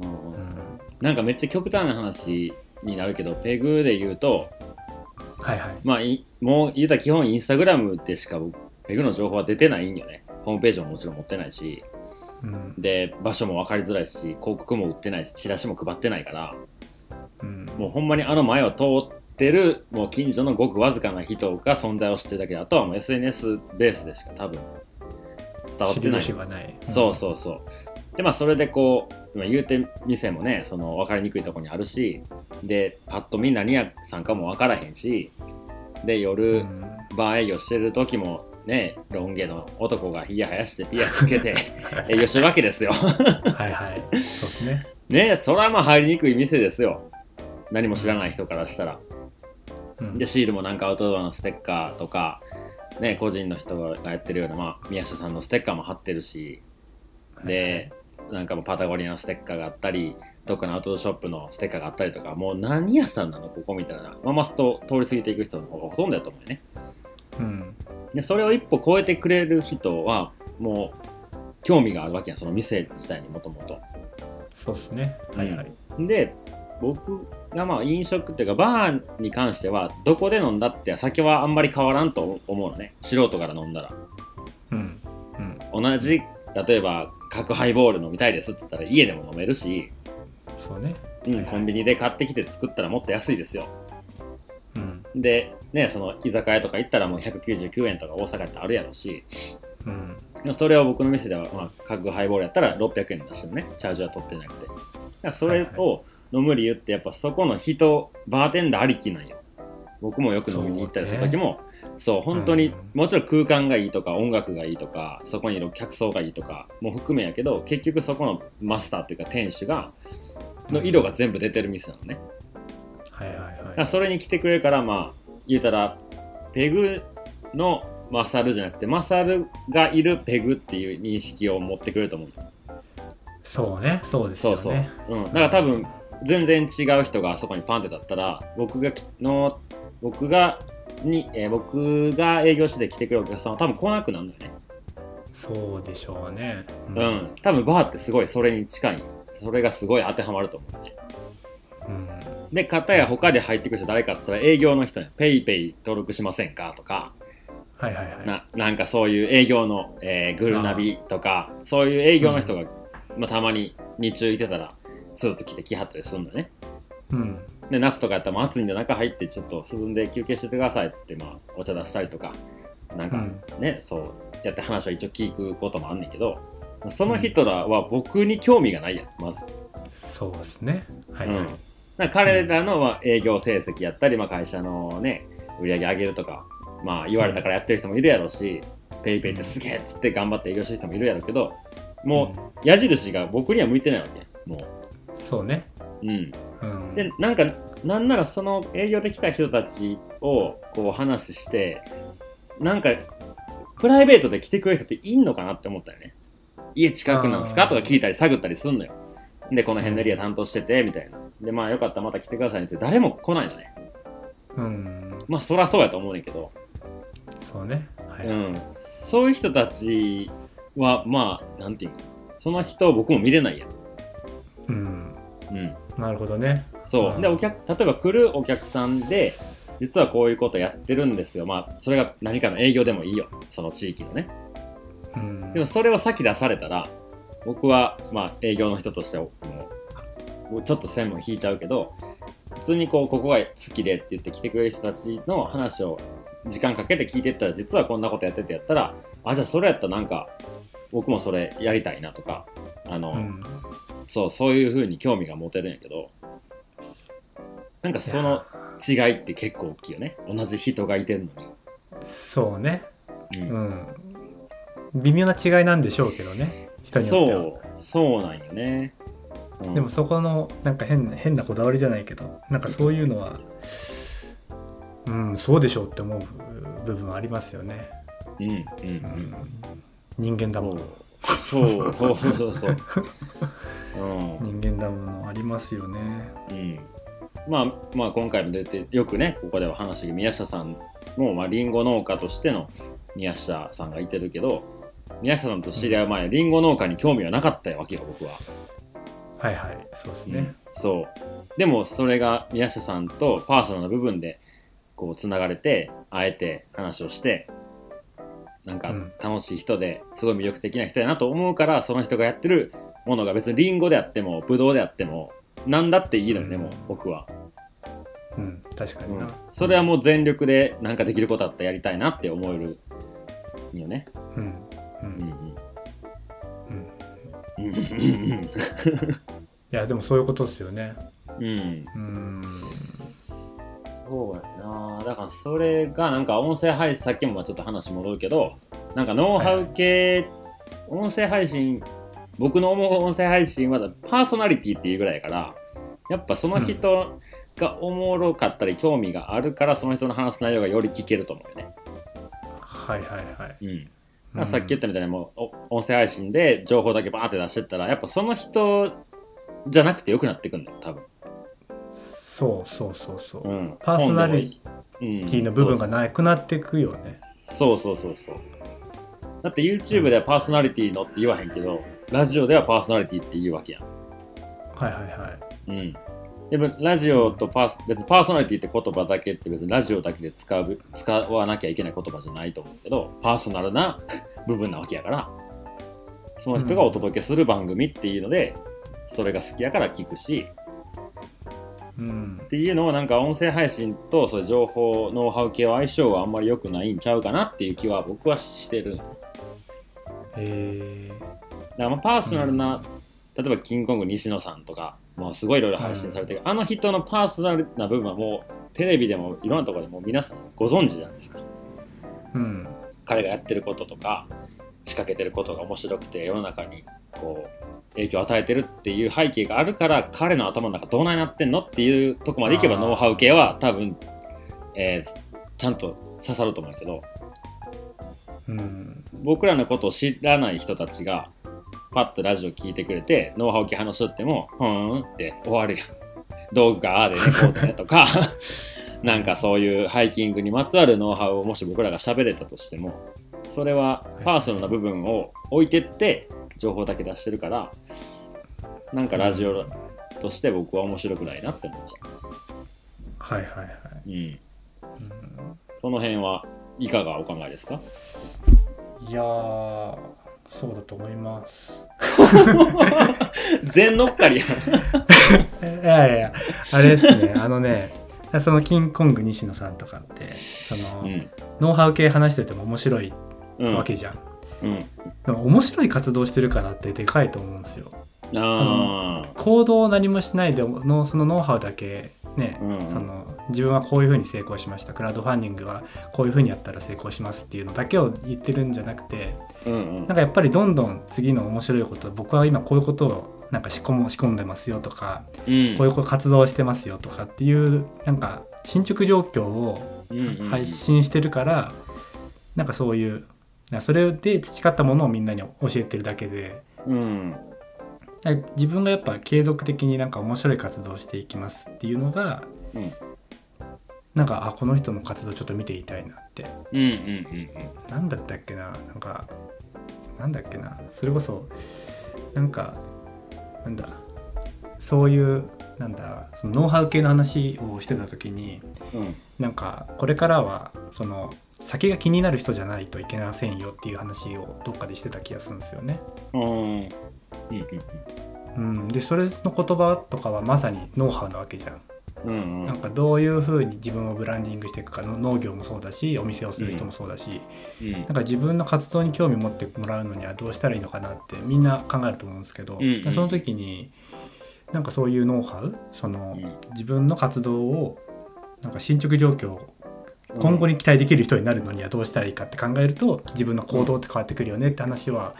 [SPEAKER 2] うんう
[SPEAKER 3] うんん
[SPEAKER 2] なんかめっちゃ極端な話になるけどペグで言うと
[SPEAKER 3] はいはい
[SPEAKER 2] まあいもう言うたら基本インスタグラムでしか僕ペグの情報は出てないんよねホームページももちろん持ってないし
[SPEAKER 3] うん
[SPEAKER 2] で場所も分かりづらいし広告も売ってないしチラシも配ってないから
[SPEAKER 3] うん
[SPEAKER 2] もうほんまにあの前を通ってるもう近所のごくわずかな人が存在を知ってるだけであとはもう SNS ベースでしか多分伝わっ
[SPEAKER 3] 知
[SPEAKER 2] て
[SPEAKER 3] り
[SPEAKER 2] な
[SPEAKER 3] よ
[SPEAKER 2] い
[SPEAKER 3] しがない。
[SPEAKER 2] そうそうそう。でまあそれでこうまあ言うて店もねその分かりにくいとこにあるしでパッと見何屋さんかも分からへんしで
[SPEAKER 3] う
[SPEAKER 2] 夜
[SPEAKER 3] ん
[SPEAKER 2] バー営業してる時もねロン毛の男がひげ生やしてピアスつけて [laughs] 営業してるわけですよ。 [laughs]
[SPEAKER 3] はいはい。そうですね。
[SPEAKER 2] ねそれはまあ入りにくい店ですよ。何も知らない人からしたら。
[SPEAKER 3] うん
[SPEAKER 2] でシールもなんかアウトドアのステッカーとか、ね、個人の人がやってるような、まあ、宮下さんのステッカーも貼ってるしで、なんかもうパタゴニアのステッカーがあったり、どっかのアウトドアショップのステッカーがあったりとか、もう何屋さんなの、ここみたいな、まあ、まあと通り過ぎていく人の方がほとんどだと思うよね。
[SPEAKER 3] うん。
[SPEAKER 2] で、それを一歩超えてくれる人は、もう、興味があるわけやん、その店自体にもともと。
[SPEAKER 3] そうですね。はいはい。
[SPEAKER 2] で、僕がまあ飲食っていうか、バーに関しては、どこで飲んだって、酒はあんまり変わらんと思うのね、素人から飲んだら。
[SPEAKER 3] うん。うん。
[SPEAKER 2] 同じ、例えば、角ハイボール飲みたいですって言ったら、家でも飲めるし、
[SPEAKER 3] そうね。
[SPEAKER 2] う
[SPEAKER 3] はい
[SPEAKER 2] ん、
[SPEAKER 3] はい
[SPEAKER 2] コンビニで買ってきて作ったらもっと安いですよ。
[SPEAKER 3] うん。
[SPEAKER 2] で、ね、その居酒屋とか行ったらもう199円とか大阪ってあるやろし、
[SPEAKER 3] うん。
[SPEAKER 2] それを僕の店では、まあ、各ハイボールやったら600円出してるね、チャージは取ってなくて。だからそれを飲む理由って、やっぱそこの人、バーテンダーありきなんよ。僕もよく飲みに行ったりする時も、そう,、本当
[SPEAKER 3] う
[SPEAKER 2] に
[SPEAKER 3] ん、
[SPEAKER 2] もちろん空間がいいとか、音楽がいいとか、そこにいる客層がいいとかも含めやけど、結局そこのマスターというか店主が、の色が全部出てる店なのね。
[SPEAKER 3] はいはい
[SPEAKER 2] だか
[SPEAKER 3] は
[SPEAKER 2] ら
[SPEAKER 3] い。
[SPEAKER 2] それに来てくれるからまあ言うたらペグのマサルじゃなくてマサルがいるペグっていう認識を持ってくれると思うんだよ
[SPEAKER 3] そうね。そうです
[SPEAKER 2] そ
[SPEAKER 3] よ
[SPEAKER 2] う
[SPEAKER 3] ね。
[SPEAKER 2] そう、うん、だから多分全然違う人があそこにパンって立ったら僕がの僕がに、えー僕が営業して来てくれるお客さんは多分来なくなるんだよね
[SPEAKER 3] そうでしょうね。う
[SPEAKER 2] うん、多分バーってすごいそれに近いそれがすごい当てはまると思うね
[SPEAKER 3] うん
[SPEAKER 2] で片や他で入ってくる人誰かって言ったら営業の人に「ペイペイ登録しませんか?」とか
[SPEAKER 3] はいはいはい。
[SPEAKER 2] ななんかそういう営業の、えーグルナビとかそういう営業の人が、まあ、たまに日中いてたらスーツ着て来はったりするんだね
[SPEAKER 3] うん。
[SPEAKER 2] でナスとかやったらもう暑いんで中入ってちょっと涼んで休憩しててくださいっつって、まあ、お茶出したりとかなん
[SPEAKER 3] う
[SPEAKER 2] か
[SPEAKER 3] ん。
[SPEAKER 2] ね、そうやって話を一応聞くこともあんねんけどその人らは僕に興味がないやんまず
[SPEAKER 3] そうですね。はいはい。
[SPEAKER 2] うんなんか彼らのまあ営業成績やったり、まあ、会社のね売り上げ上げるとか、まあ、言われたからやってる人もいるやろうし、ペイペイってすげえっつって頑張って営業してる人もいるやろうけども
[SPEAKER 3] うん
[SPEAKER 2] う矢印が僕には向いてないわけも
[SPEAKER 3] そうね。
[SPEAKER 2] ううん
[SPEAKER 3] うん。
[SPEAKER 2] でなんかなんならその営業できた人たちをこう話してなんかプライベートで来てくれる人っていんのかなって思ったよね家近くなんですか
[SPEAKER 3] あー
[SPEAKER 2] とか聞いたり探ったりすんのよでこの辺のエリア担当しててみたいなでまあよかったらまた来てくださいねって誰も来ないのね
[SPEAKER 3] うん。
[SPEAKER 2] まあそらそうやと思うねんけど、。
[SPEAKER 3] そうね。はいう
[SPEAKER 2] ん、そういう人たちはまあなんていうのその人を僕も見れないやん
[SPEAKER 3] うん。
[SPEAKER 2] うん
[SPEAKER 3] なるほどね。
[SPEAKER 2] そう、
[SPEAKER 3] うん
[SPEAKER 2] でお客例えば来るお客さんで実はこういうことやってるんですよまあそれが何かの営業でもいいよその地域のね
[SPEAKER 3] うん。
[SPEAKER 2] でもそれを先出されたら僕はまあ営業の人としてはもうもうちょっと線も引いちゃうけど普通にこうここが好きでって言って来てくれる人たちの話を時間かけて聞いてったら実はこんなことやっててやったらあじゃあそれやったらなんか僕もそれやりたいなとかあの、
[SPEAKER 3] うん。
[SPEAKER 2] そうそういう風に興味が持てるんやけどなんかそ
[SPEAKER 3] い
[SPEAKER 2] の
[SPEAKER 3] や
[SPEAKER 2] 違いって結構大きいよね同じ人がいてんの
[SPEAKER 3] そうね。
[SPEAKER 2] に、うん
[SPEAKER 3] うん。微妙な違いなんでしょうけどね。人によっては。
[SPEAKER 2] そうそうなんよね、うん
[SPEAKER 3] でもそこのなんか変な変なこだわりじゃないけどなんかそういうのはうんそうでしょうって思う部分はありますよね、
[SPEAKER 2] うんうん
[SPEAKER 3] う
[SPEAKER 2] うん
[SPEAKER 3] ん、人間だもの
[SPEAKER 2] そうそうそうそうそ
[SPEAKER 3] [laughs]
[SPEAKER 2] ううん
[SPEAKER 3] 人間だものありますよね
[SPEAKER 2] うんまあまあ今回も出てよくねここでは話して宮下さんもまあリンゴ農家としての宮下さんがいてるけど宮下さんと知り合う前、リンゴ農家に興味はなかったわけよ僕は
[SPEAKER 3] はいはいそうですね、
[SPEAKER 2] そうでもそれが宮下さんとパーソナルな部分でこうつながれて会えて話をしてなんか
[SPEAKER 3] うん
[SPEAKER 2] 楽しい人ですごい魅力的な人やなと思うからその人がやってるものが別にリンゴであってもブドウであってもなんだっていいのよね、
[SPEAKER 3] うん
[SPEAKER 2] もう僕は、
[SPEAKER 3] うん確か
[SPEAKER 2] う
[SPEAKER 3] にな、
[SPEAKER 2] ん、それはもう全力でなんかできることあったらやりたいなって思えるよね
[SPEAKER 3] うん
[SPEAKER 2] う
[SPEAKER 3] う
[SPEAKER 2] ん
[SPEAKER 3] んうん
[SPEAKER 2] うんうん
[SPEAKER 3] いやでもそういうことですよね
[SPEAKER 2] うんうん
[SPEAKER 3] うん
[SPEAKER 2] そうやなだからそれがなんか音声配信さっきもまあちょっと話戻るけどなんかノウハウ系、音声配信僕の思う音声配信はだパーソナリティっていうぐらいやからやっぱその人がおもろかったり興味があるからその人の話す内容がより聞けると思うよね、
[SPEAKER 3] はいはいはい
[SPEAKER 2] うん、だか
[SPEAKER 3] う
[SPEAKER 2] ら
[SPEAKER 3] ん
[SPEAKER 2] さっき言ったみたいにもうお音声配信で情報だけバーって出してったらやっぱその人じゃなくてよくなってくんだよ多分、
[SPEAKER 3] そうそうそうそう、
[SPEAKER 2] うん、
[SPEAKER 3] パーソナリ
[SPEAKER 2] テ
[SPEAKER 3] ティの部分がなくなっていくよね
[SPEAKER 2] そうそうそうそう。だって YouTube ではパーソナリティのって言わへんけど、ラジオではパーソナリティって言うわけやん。
[SPEAKER 3] はいはいはい
[SPEAKER 2] うん。でもラジオとパーソ別にパーソナリティって言葉だけって別にラジオだけで使う使わなきゃいけない言葉じゃないと思うけど、パーソナルな部分なわけやから、その人がお届けする番組っていうので、それが好きやから聞くし、
[SPEAKER 3] うん
[SPEAKER 2] っていうのをなんか音声配信とそういう情報、ノウハウ系は相性はあんまり良くないんちゃうかなっていう気は僕はしてる。
[SPEAKER 3] えー、
[SPEAKER 2] だからまあパーソナルな、例えばキングコング西野さんとかもうすごいいろいろ配信されてる、あの人のパーソナルな部分はもうテレビでもいろんなところでもう皆さんご存知じゃないですか
[SPEAKER 3] うん
[SPEAKER 2] 彼がやってることとか仕掛けてることが面白くて世の中にこう影響を与えてるっていう背景があるから彼の頭の中どうなになってんのっていうとこまでいけば
[SPEAKER 3] あー
[SPEAKER 2] ノウハウ系は多分、えーちゃんと刺さると思うけど、
[SPEAKER 3] うん
[SPEAKER 2] 僕らのことを知らない人たちがパッとラジオ聞いてくれてノウハウ系話しとっても「ふーん」って終わるやん。道具がああでねこうでねとか [laughs] なんかそういうハイキングにまつわるノウハウをもし僕らが喋れたとしてもそれはパーソナルな部分を置いてって情報だけ出してるからなんかラジオとして僕は面白くないなって思っちゃ
[SPEAKER 3] はいはいはい、
[SPEAKER 2] う、うん、
[SPEAKER 3] うん
[SPEAKER 2] その辺はいかがお考えですか
[SPEAKER 3] いやーそうだと思います。
[SPEAKER 2] 全乗っかりや
[SPEAKER 3] いやいやいやあれですねあのね [laughs] そのキングコング西野さんとかってその、
[SPEAKER 2] うん
[SPEAKER 3] ノウハウ系話してても面白い
[SPEAKER 2] うん
[SPEAKER 3] わけじゃん。
[SPEAKER 2] うん
[SPEAKER 3] でも面白い活動してるからってでかいと思うんですよ。
[SPEAKER 2] あ
[SPEAKER 3] 行動を何もしないでのそのノウハウだけね、
[SPEAKER 2] うん
[SPEAKER 3] その自分はこういうふうに成功しましたクラウドファンディングはこういうふうにやったら成功しますっていうのだけを言ってるんじゃなくて
[SPEAKER 2] ーうんうん
[SPEAKER 3] なんかやっぱりどんどん次の面白いこと僕は今こういうことをなんか仕込む仕込んでますよとか
[SPEAKER 2] うん
[SPEAKER 3] こういう活動をしてますよとかっていうなんか進捗状況を
[SPEAKER 2] うんうんうん
[SPEAKER 3] 配信してるからなんかそういうなそれで培ったものをみんなに教えてるだけで
[SPEAKER 2] うん
[SPEAKER 3] なんか自分がやっぱ継続的になんか面白い活動をしていきますっていうのが
[SPEAKER 2] うん
[SPEAKER 3] なんかあこの人の活動ちょっと見ていたいなって
[SPEAKER 2] うんうんうん
[SPEAKER 3] なんだったっけななんかなんだっけなそれこそなんかなんだそういうなんだそのノウハウ系の話をしてた時に
[SPEAKER 2] うんうん
[SPEAKER 3] なんかこれからはその先が気になる人じゃないといけませんよっていう話をどっかでしてた気がするんですよね。
[SPEAKER 2] うんうん
[SPEAKER 3] うん、でそれの言葉とかはまさにノウハウなわけじゃん。
[SPEAKER 2] うんうん
[SPEAKER 3] なんかどういうふうに自分をブランディングしていくかの農業もそうだしお店をする人もそうだし、
[SPEAKER 2] うん
[SPEAKER 3] なんか自分の活動に興味持ってもらうのにはどうしたらいいのかなってみんな考えると思うんですけど、
[SPEAKER 2] うんうん
[SPEAKER 3] その時になんかそういうノウハウその、自分の活動をなんか進捗状況を今後
[SPEAKER 2] に
[SPEAKER 3] に期待できる人になるのにはどうしたらいいかって考えると自分の行動って変わってくるよねって話は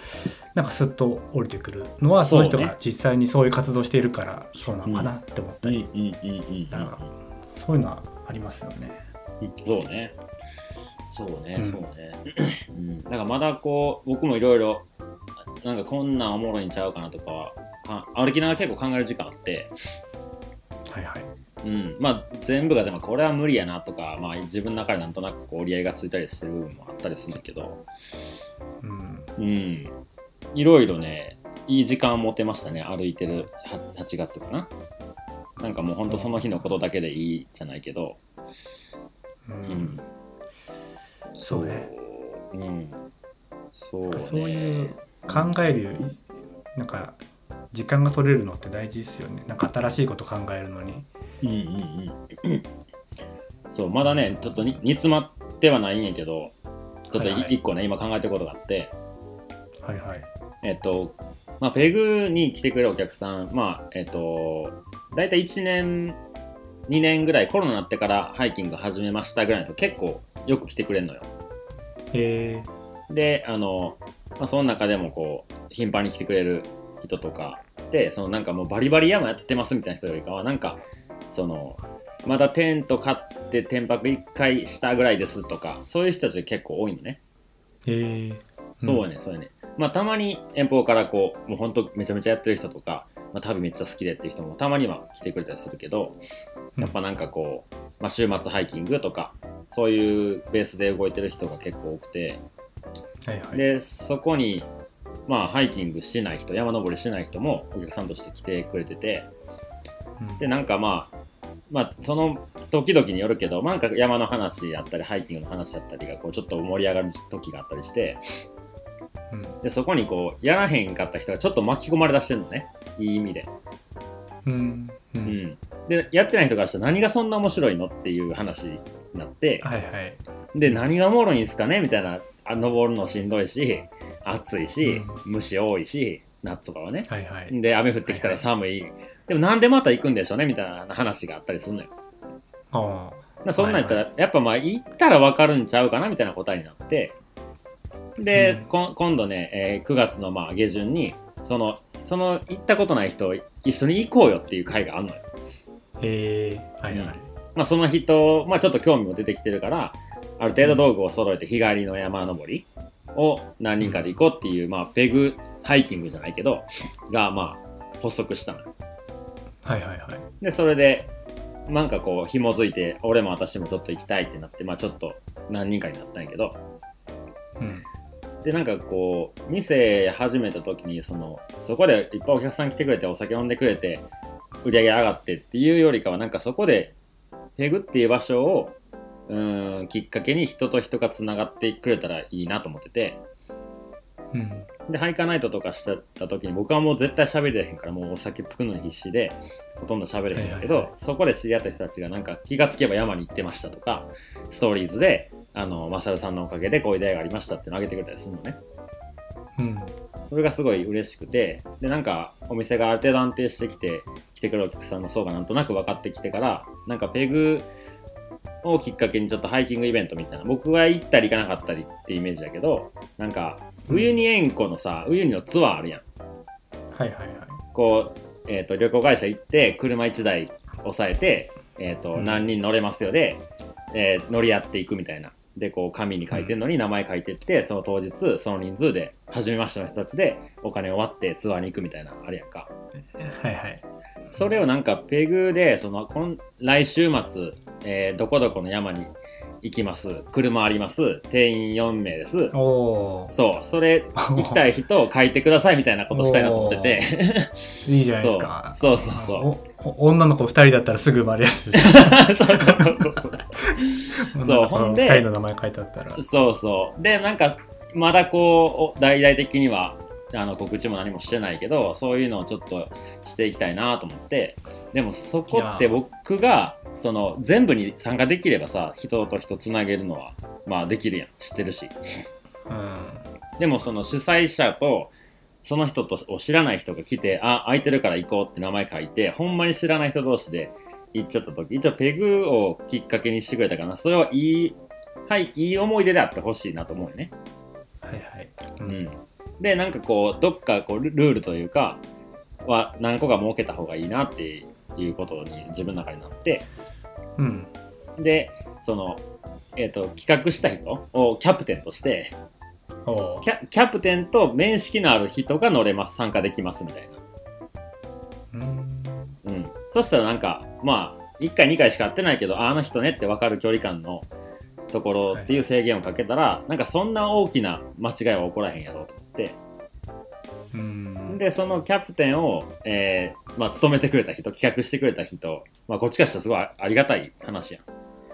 [SPEAKER 3] なんかすっと降りてくるのはそ
[SPEAKER 2] そう
[SPEAKER 3] の
[SPEAKER 2] ね
[SPEAKER 3] 人が実際にそういう活動しているからそうなのかなって思っ
[SPEAKER 2] う
[SPEAKER 3] た
[SPEAKER 2] んうん
[SPEAKER 3] り、
[SPEAKER 2] うんうん
[SPEAKER 3] なんかそういうのはありますよね。
[SPEAKER 2] うんそうねそうね
[SPEAKER 3] うん
[SPEAKER 2] そうねうんだからまだこう僕もいろいろなんかこんなんおもろいんちゃうかなとかはか歩きながら結構考える時間あって
[SPEAKER 3] はいはい。
[SPEAKER 2] うん、まあ全部がでもこれは無理やなとか、まあ、自分の中でなんとなくこう折り合いがついたりする部分もあったりするんだけど、
[SPEAKER 3] うん。
[SPEAKER 2] うん、いろいろねいい時間持てましたね歩いてるは8月かななんかもうほんとその日のことだけでいいじゃないけど、
[SPEAKER 3] う。
[SPEAKER 2] うん
[SPEAKER 3] そうね。
[SPEAKER 2] うんそうね
[SPEAKER 3] そういう考えるよりなんか時間が取れるのって大事ですよねなんか新しいこと考えるのに
[SPEAKER 2] うんうんうんそうまだねちょっとに煮詰まってはないんやけどちょっと
[SPEAKER 3] はいはい
[SPEAKER 2] 1個ね、今考えてることがあって
[SPEAKER 3] はいはい
[SPEAKER 2] えっと、まあ、ペグに来てくれるお客さん、まあ、えっと、大体1年、2年ぐらい、コロナになってからハイキング始めましたぐらいだと結構よく来てくれるのよ。
[SPEAKER 3] え
[SPEAKER 2] で、あの、まあ、その中でもこう、頻繁に来てくれる人とか、で、そのなんかもうバリバリ山やってますみたいな人よりかは、なんか、その、まだテント買って天泊1回したぐらいですとか、そういう人たちが結構多いのね。
[SPEAKER 3] ー、えー、
[SPEAKER 2] そうやね、そうやね。まあ、たまに遠方からこう、もう本当めちゃめちゃやってる人とか、まあ、旅めっちゃ好きでっていう人もたまには来てくれたりするけど、
[SPEAKER 3] うん
[SPEAKER 2] やっぱなんかこう、まあ、週末ハイキングとか、そういうベースで動いてる人が結構多くて、
[SPEAKER 3] はいはい
[SPEAKER 2] で、そこに、まあ、ハイキングしない人、山登りしない人もお客さんとして来てくれてて、
[SPEAKER 3] うん
[SPEAKER 2] で、なんかまあ、まあ、その時々によるけど、まあなんか山の話やったり、ハイキングの話やったりが、こう、ちょっと盛り上がる時があったりして、
[SPEAKER 3] うん
[SPEAKER 2] でそこにこうやらへんかった人がちょっと巻き込まれだしてるのねいい意味で、
[SPEAKER 3] うんう
[SPEAKER 2] うんん、でやってない人からしたら何がそんな面白いのっていう話になって
[SPEAKER 3] はいはい
[SPEAKER 2] で何がおもろいんですかねみたいなあ登るのしんどいし暑いし、虫多いし夏とかはね
[SPEAKER 3] はいはい
[SPEAKER 2] で雨降ってきたら寒い、でもなんでまた行くんでしょうねみたいな話があったりするのよ
[SPEAKER 3] あ
[SPEAKER 2] まあそんなんやったら、
[SPEAKER 3] はい
[SPEAKER 2] やっぱまあ行ったら分かるんちゃうかなみたいな答えになってで、
[SPEAKER 3] うん
[SPEAKER 2] こん今度ね、えー9月のまあ下旬にそのその行ったことない人一緒に行こうよっていう会があるのよ、
[SPEAKER 3] ーえー、はいはい
[SPEAKER 2] まあ、その人、まあ、ちょっと興味も出てきてるからある程度道具を揃えて日帰りの山登りを何人かで行こうっていう、まあ、ペグハイキングじゃないけどがまあ発足したの
[SPEAKER 3] はいはいはい
[SPEAKER 2] でそれでなんかこう紐づいて俺も私もちょっと行きたいってなってまあちょっと何人かになったんやけど
[SPEAKER 3] うん
[SPEAKER 2] でなんかこう店始めた時にそのそこでいっぱいお客さん来てくれてお酒飲んでくれて売り上げ上がってっていうよりかはなんかそこでペグっていう場所をうーんきっかけに人と人がつながってくれたらいいなと思ってて
[SPEAKER 3] うん
[SPEAKER 2] でハイカーナイトとかしてた時に僕はもう絶対喋れへんからもうお酒作るのに必死でほとんど喋れへんんだけど、
[SPEAKER 3] はいはい
[SPEAKER 2] そこで知り合った人たちがなんか気がつけば山に行ってましたとかストーリーズであのマサルさんのおかげでこういう出会いがありましたっていうのを上げてくれたりするのね。
[SPEAKER 3] うん
[SPEAKER 2] それがすごい嬉しくてでなんかお店がある程度安定してきて来てくるお客さんの層がなんとなく分かってきてからなんかペグをきっかけにちょっとハイキングイベントみたいな僕は行ったり行かなかったりってイメージだけどなんかウユニ塩湖のさウユニのツアーあるやん
[SPEAKER 3] はいはいはい
[SPEAKER 2] こう、えー、と旅行会社行って車1台押さえて、えーと
[SPEAKER 3] うん
[SPEAKER 2] 何人乗れますよで、えー乗り合っていくみたいなでこう紙に書いてるのに名前書いてって、その当日その人数で初めましての人たちでお金を割ってツアーに行くみたいなあれやんか
[SPEAKER 3] はいはい
[SPEAKER 2] それをなんかペグでその今来週末、えーどこどこの山に行きます車あります定員4名です
[SPEAKER 3] おお
[SPEAKER 2] そうそれ行きたい人を書いてくださいみたいなことしたいなと思ってて
[SPEAKER 3] いいじゃないですか
[SPEAKER 2] そうそうそうそう
[SPEAKER 3] おお女の子2人だったらすぐ生まれやすい
[SPEAKER 2] [laughs] そうそうそうそう
[SPEAKER 3] 女の子
[SPEAKER 2] ほんで
[SPEAKER 3] 2人の名前書いてあったら
[SPEAKER 2] そうそう。で、なんか、まだこう、お大々的には、あの告知も何もしてないけど、そういうのをちょっとしていきたいなと思って、でもそこって
[SPEAKER 3] いや
[SPEAKER 2] 僕が、その、全部に参加できればさ、人と人つなげるのは、まあできるやん。知ってるし。
[SPEAKER 3] うん
[SPEAKER 2] でもその主催者と、その人とを知らない人が来て、あ、空いてるから行こうって名前書いて、ほんまに知らない人同士で行っちゃった時、一応ペグをきっかけにしてくれたからな、それはいい、はい、いい思い出であってほしいなと思うよね。
[SPEAKER 3] はいはい
[SPEAKER 2] うん、でなんかこうどっかこうルルールというかは何個か設けた方がいいなっていうことに自分の中になって
[SPEAKER 3] うん
[SPEAKER 2] でその、えー、と企画した人をキャプテンとして
[SPEAKER 3] おお
[SPEAKER 2] キャキャプテンと面識のある人が乗れます参加できますみたい
[SPEAKER 3] うん
[SPEAKER 2] な、うん、そしたらなんかまあ1回2回しか会ってないけどああの人ねって分かる距離感のところっていう制限をかけたら、なんかそんな大きな間違いは起こらへんやろうと思って
[SPEAKER 3] うん
[SPEAKER 2] でそのキャプテンを、えーまあ、務めてくれた人企画してくれた人、まあ、こっちからしたらすごいあありがたい話やん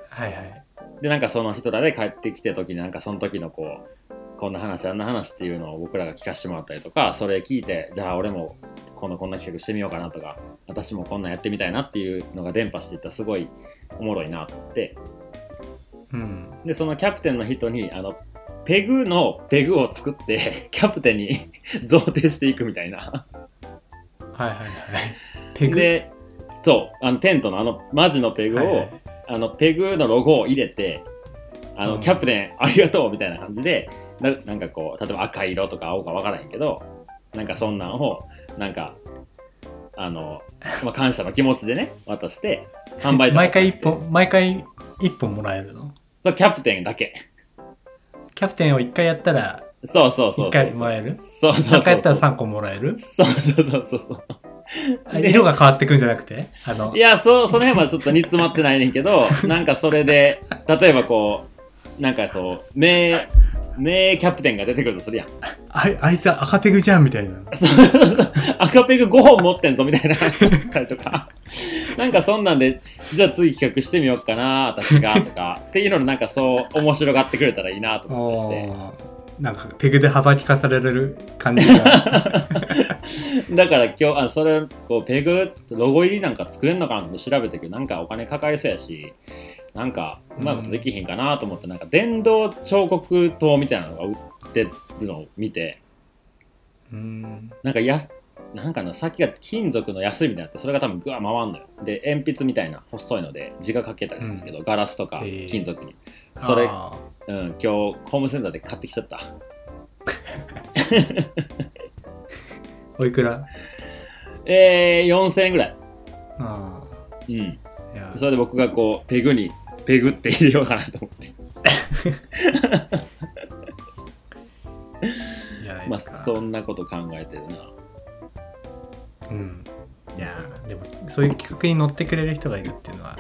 [SPEAKER 3] はいはい
[SPEAKER 2] でなんかその人らで帰ってきて時になんかその時のこうこんな話あんな話っていうのを僕らが聞かせてもらったりとかそれ聞いてじゃあ俺も今度こんな企画してみようかなとか私もこんなんやってみたいなっていうのが伝播していったらすごいおもろいなと思って
[SPEAKER 3] うん
[SPEAKER 2] でそのキャプテンの人にあのペグのペグを作ってキャプテンに [laughs] 贈呈していくみたいな。
[SPEAKER 3] はいはいはいペグ
[SPEAKER 2] でそうあのテントのあのマジのペグを、
[SPEAKER 3] はいはい
[SPEAKER 2] あのペグのロゴを入れてあの、
[SPEAKER 3] うん
[SPEAKER 2] キャプテンありがとうみたいな感じでななんかこう例えば赤色とか青かわからへんけどなんかそんなんをなんかあの、まあ、感謝の気持ちでね渡して販売とか
[SPEAKER 3] 毎回一本毎回一本もらえるの
[SPEAKER 2] そうキャプテンだけ
[SPEAKER 3] キャプテンを1回やったら
[SPEAKER 2] そうそうそうそう
[SPEAKER 3] 1回もらえる
[SPEAKER 2] そうそうそう
[SPEAKER 3] 3回やったら
[SPEAKER 2] そう
[SPEAKER 3] 3個もらえる
[SPEAKER 2] そうそうそうそう
[SPEAKER 3] あ色が変わってくんじゃなくてあの
[SPEAKER 2] いや、そう、その辺はちょっと煮詰まってないねんけど、なんかそれで、例えばこう、なんかこう、名、名キャプテンが出てくるとするやん。
[SPEAKER 3] ああいつは赤ペグじゃんみたいな
[SPEAKER 2] 赤ペグ5本持ってんぞみたいな、 [laughs] たりとか。なんかそんなんで、じゃあ次企画してみようかな、私が、とか。っていうので、なんかそう、面白がってくれたらいいなと思ったり
[SPEAKER 3] おーなんかペグで幅利かされる感じ
[SPEAKER 2] [laughs]
[SPEAKER 3] が
[SPEAKER 2] して。だから今日、あそれ、こう、ペグ、ロゴ入りなんか作れんのかなって調べたけど、なんかお金かかりそうやし、なんかうまいことできひんかなと思って、なんか電動彫刻刀みたいなのが売ってるのを見て
[SPEAKER 3] うん
[SPEAKER 2] なんかやすなんかな先が金属の安いみたいになってそれが多分グワー回んのよで鉛筆みたいな細いので字が書けたりするんだけど、ガラスとか
[SPEAKER 3] へー
[SPEAKER 2] 金属に、それ、
[SPEAKER 3] あー
[SPEAKER 2] うん、今日ホームセンターで買ってきちゃった
[SPEAKER 3] おいくら
[SPEAKER 2] えー、4000円ぐらい
[SPEAKER 3] あ
[SPEAKER 2] うん
[SPEAKER 3] ーいや
[SPEAKER 2] それで僕がこうペグにペグって入れようかなと思って
[SPEAKER 3] いいじゃない
[SPEAKER 2] ま
[SPEAKER 3] で
[SPEAKER 2] あ
[SPEAKER 3] すか、
[SPEAKER 2] そんなこと考えてるな
[SPEAKER 3] うんいやーでもそういう企画に乗ってくれる人がいるっていうのは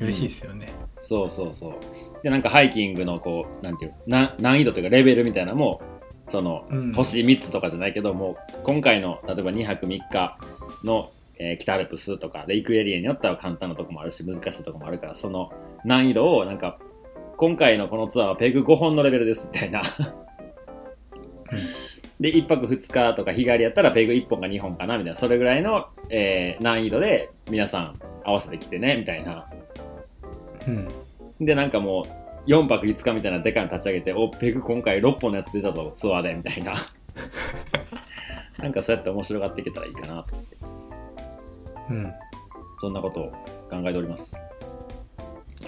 [SPEAKER 3] 嬉しいですよね、
[SPEAKER 2] そうそうそう。で、なんかハイキングのこう、なんていうな、難易度というかレベルみたいなのも、その、
[SPEAKER 3] うん
[SPEAKER 2] 星3つとかじゃないけど、もう今回の、例えば2泊3日の、えー北アルプスとかで行くエリアによっては簡単なとこもあるし、難しいとこもあるから、その難易度をなんか、今回のこのツアーはペグ5本のレベルですみたいな。で、1泊2日とか日帰りやったらペグ1本か2本かなみたいな、それぐらいの、えー難易度で皆さん合わせてきてね、みたいな。
[SPEAKER 3] うん
[SPEAKER 2] でなんかもう4泊5日みたいなでかいの立ち上げて「おペグ今回6本のやつ出たぞツアーで」みた
[SPEAKER 3] [laughs]
[SPEAKER 2] いななんかそうやって面白がっていけたらいいかなと
[SPEAKER 3] うん
[SPEAKER 2] そんなことを考えております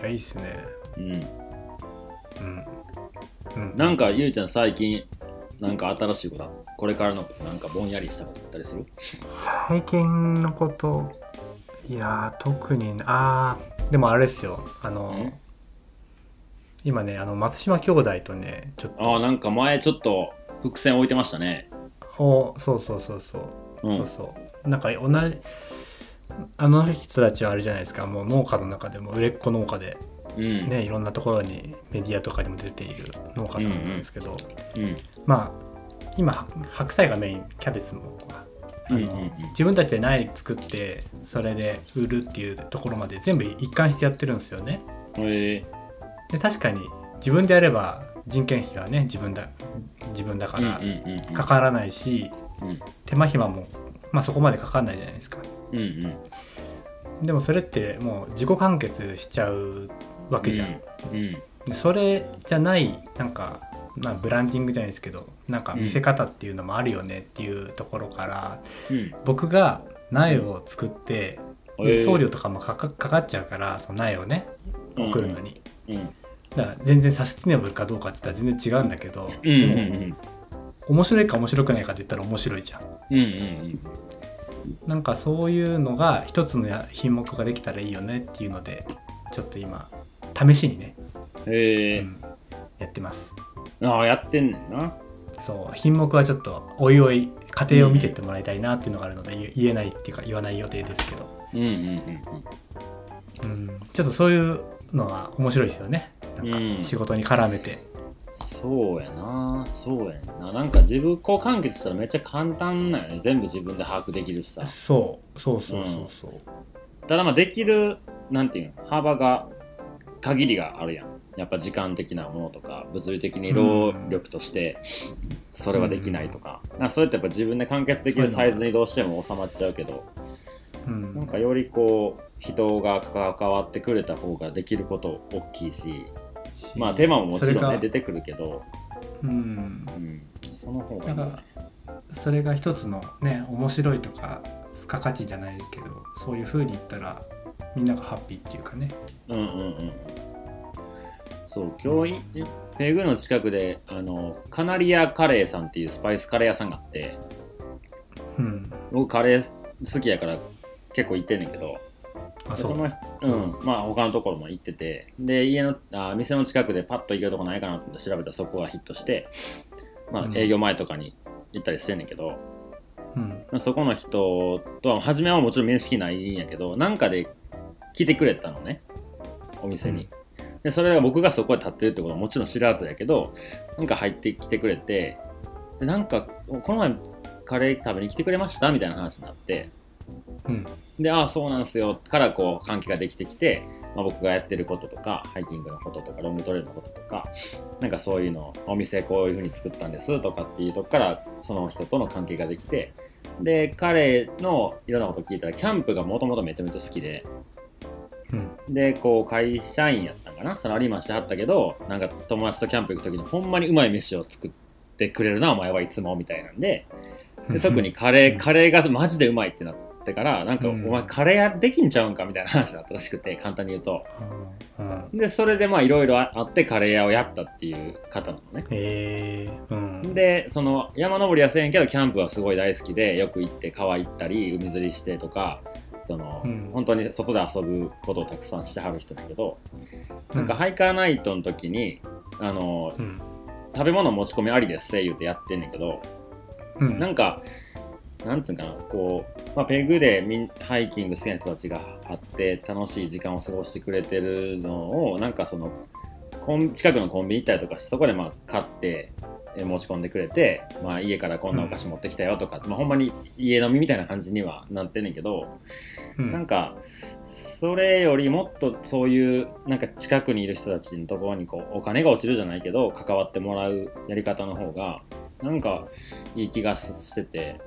[SPEAKER 3] いやいいっすね
[SPEAKER 2] うん
[SPEAKER 3] うん、うん、
[SPEAKER 2] なんかゆうちゃん最近なんか新しいことこれからのことなんかぼんやりしたことあったりする
[SPEAKER 3] 最近のこといやー特になあーでもあれですよあの
[SPEAKER 2] ん
[SPEAKER 3] 今ねあの松島兄弟とねちょっ
[SPEAKER 2] ああなんか前ちょっと伏線置いてましたね
[SPEAKER 3] とおそうそうそうそう、
[SPEAKER 2] う
[SPEAKER 3] そうんそうなんか同じあの人たちはあれじゃないですかもう農家の中でも売れっ子農家で
[SPEAKER 2] うん、
[SPEAKER 3] ねいろんなところにメディアとかにも出ている農家さんなんですけど、
[SPEAKER 2] うん
[SPEAKER 3] まあ今は白菜がメインキャベツもあの、
[SPEAKER 2] うんうんうん
[SPEAKER 3] 自分たちで苗作ってそれで売るっていうところまで全部一貫してやってるんですよね
[SPEAKER 2] へえ
[SPEAKER 3] で確かに自分でやれば人件費はね自分だ自分だか
[SPEAKER 2] うんうん
[SPEAKER 3] ら
[SPEAKER 2] うんうん
[SPEAKER 3] かからないし、
[SPEAKER 2] うん
[SPEAKER 3] 手間暇も、まあ、そこまでかかんないじゃないですか
[SPEAKER 2] うんうん
[SPEAKER 3] でもそれってもう自己完結しちゃうわけじゃん、
[SPEAKER 2] うん
[SPEAKER 3] でそれじゃないなんか、まあ、ブランディングじゃないですけどなんか見せ方っていうのもあるよねっていうところから、
[SPEAKER 2] うん
[SPEAKER 3] 僕が苗を作って、
[SPEAKER 2] うん
[SPEAKER 3] で
[SPEAKER 2] へえ
[SPEAKER 3] 送料とかもかかかかっちゃうからその苗をね
[SPEAKER 2] うんうん
[SPEAKER 3] 送るのに、
[SPEAKER 2] うん
[SPEAKER 3] だから全然サスティナブルかどうかって言ったら全然違うんだけ
[SPEAKER 2] う
[SPEAKER 3] ど、
[SPEAKER 2] んうん
[SPEAKER 3] でも面白いか面白くないかって言ったら面白いじゃん
[SPEAKER 2] うんうんうん
[SPEAKER 3] なんかそういうのが一つのや品目ができたらいいよねっていうのでちょっと今試しにね、
[SPEAKER 2] うんへえ
[SPEAKER 3] うんやってます
[SPEAKER 2] ああやってんねんな
[SPEAKER 3] そう品目はちょっとおいおい家庭を見てってもらいたいなっていうのがあるので、言言えないっていうか言わない予定ですけど
[SPEAKER 2] うんうん
[SPEAKER 3] うんちょっとそういうのは面白いですよね。
[SPEAKER 2] うんう
[SPEAKER 3] なん
[SPEAKER 2] ん
[SPEAKER 3] か仕事に絡めて。
[SPEAKER 2] そうやなそうやななんか自分こう完結したらめっちゃ簡単なんよね全部自分で把握できるしさ
[SPEAKER 3] そうそうそうそうそう。
[SPEAKER 2] ただまあできるなんていうの幅が限りがあるやんやっぱ時間的なものとか物理的に労力としてそれはできないとか,、なんかそうやってやっぱ自分で完結できるサイズにどうしても収まっちゃうけど
[SPEAKER 3] うん
[SPEAKER 2] なんかよりこう人が関わってくれた方ができること大きいしまあ手間ももちろんね
[SPEAKER 3] それ
[SPEAKER 2] 出
[SPEAKER 3] が
[SPEAKER 2] てくるけど、
[SPEAKER 3] う
[SPEAKER 2] う
[SPEAKER 3] ん
[SPEAKER 2] ん、その方がい
[SPEAKER 3] ないん
[SPEAKER 2] な
[SPEAKER 3] かそれが一つのね面白いとか付加価値じゃないけどそういう風に言ったらみんながハッピーっていうかね。
[SPEAKER 2] うんうんうんそう今日いペグの近くであのカナリアカレーさんっていうスパイスカレー屋さんがあって
[SPEAKER 3] うん。
[SPEAKER 2] 僕カレー好きやから結構行ってんねんけど
[SPEAKER 3] あ
[SPEAKER 2] で
[SPEAKER 3] そう。
[SPEAKER 2] のうんまあ他のところも行っててで家のあ店の近くでパッと行けるとこないかなと思って調べたらそこがヒットして、まあ
[SPEAKER 3] う、ん
[SPEAKER 2] 営業前とかに行ったりしてんねんけど、
[SPEAKER 3] うん。
[SPEAKER 2] そこの人とは初めはもちろん面識ないんやけどなんかで来てくれたのねお店に、でそれが僕がそこで立ってるってことはもちろん知らずやけどなんか入ってきてくれてでなんかこの前カレー食べに来てくれましたみたいな話になって
[SPEAKER 3] うん。
[SPEAKER 2] でああそうなんすよからこう関係ができてきて、まあ、僕がやってることとかハイキングのこととかロングトレイルのこととかなんかそういうのお店こういう風に作ったんですとかっていうとこからその人との関係ができてで彼のいろんなこと聞いたらキャンプがもともとめちゃめちゃ好きで
[SPEAKER 3] うん。
[SPEAKER 2] でこう会社員やったんかなサラリーマンしてはったけどなんか友達とキャンプ行く時にほんまにうまい飯を作ってくれるなお前はいつもみたいなんでで特にカレ
[SPEAKER 3] う
[SPEAKER 2] ー
[SPEAKER 3] ん
[SPEAKER 2] カレーがマジでうまいってなってからなんか、
[SPEAKER 3] うん
[SPEAKER 2] お前カレーできんちゃうんかみたいな話だったらしく
[SPEAKER 3] [laughs]
[SPEAKER 2] て簡単に言うと
[SPEAKER 3] うん。うん。
[SPEAKER 2] でそれでまあいろいろああってカレー屋をやったっていう方なのね
[SPEAKER 3] えー、うん。
[SPEAKER 2] でその山登りはせんけどキャンプはすごい大好きでよく行って川行ったり海釣りしてとかその、
[SPEAKER 3] うん
[SPEAKER 2] 本当に外で遊ぶことをたくさんしてはる人だけど、
[SPEAKER 3] うん
[SPEAKER 2] なんかハイカーナイトの時にあの
[SPEAKER 3] うん。
[SPEAKER 2] 食べ物持ち込みありですって言うてやってんねんけど
[SPEAKER 3] うん。
[SPEAKER 2] なんかなんつうんかな、こう、まあ、ペグでみんハイキング好きな人たちがあって、楽しい時間を過ごしてくれてるのを、なんかその、コン近くのコンビニ行ったりとかして、そこでまあ買って、え申し込んでくれて、まあ、家からこんなお菓子持ってきたよとか、まあ、ほんまに家飲みみたいな感じにはなってんねんけど、
[SPEAKER 3] う
[SPEAKER 2] なん
[SPEAKER 3] ん
[SPEAKER 2] かそれよりもっとそういうなんか近くにいる人たちのところにこうお金が落ちるじゃないけど関わってもらうやり方の方がなんかいい気がしてて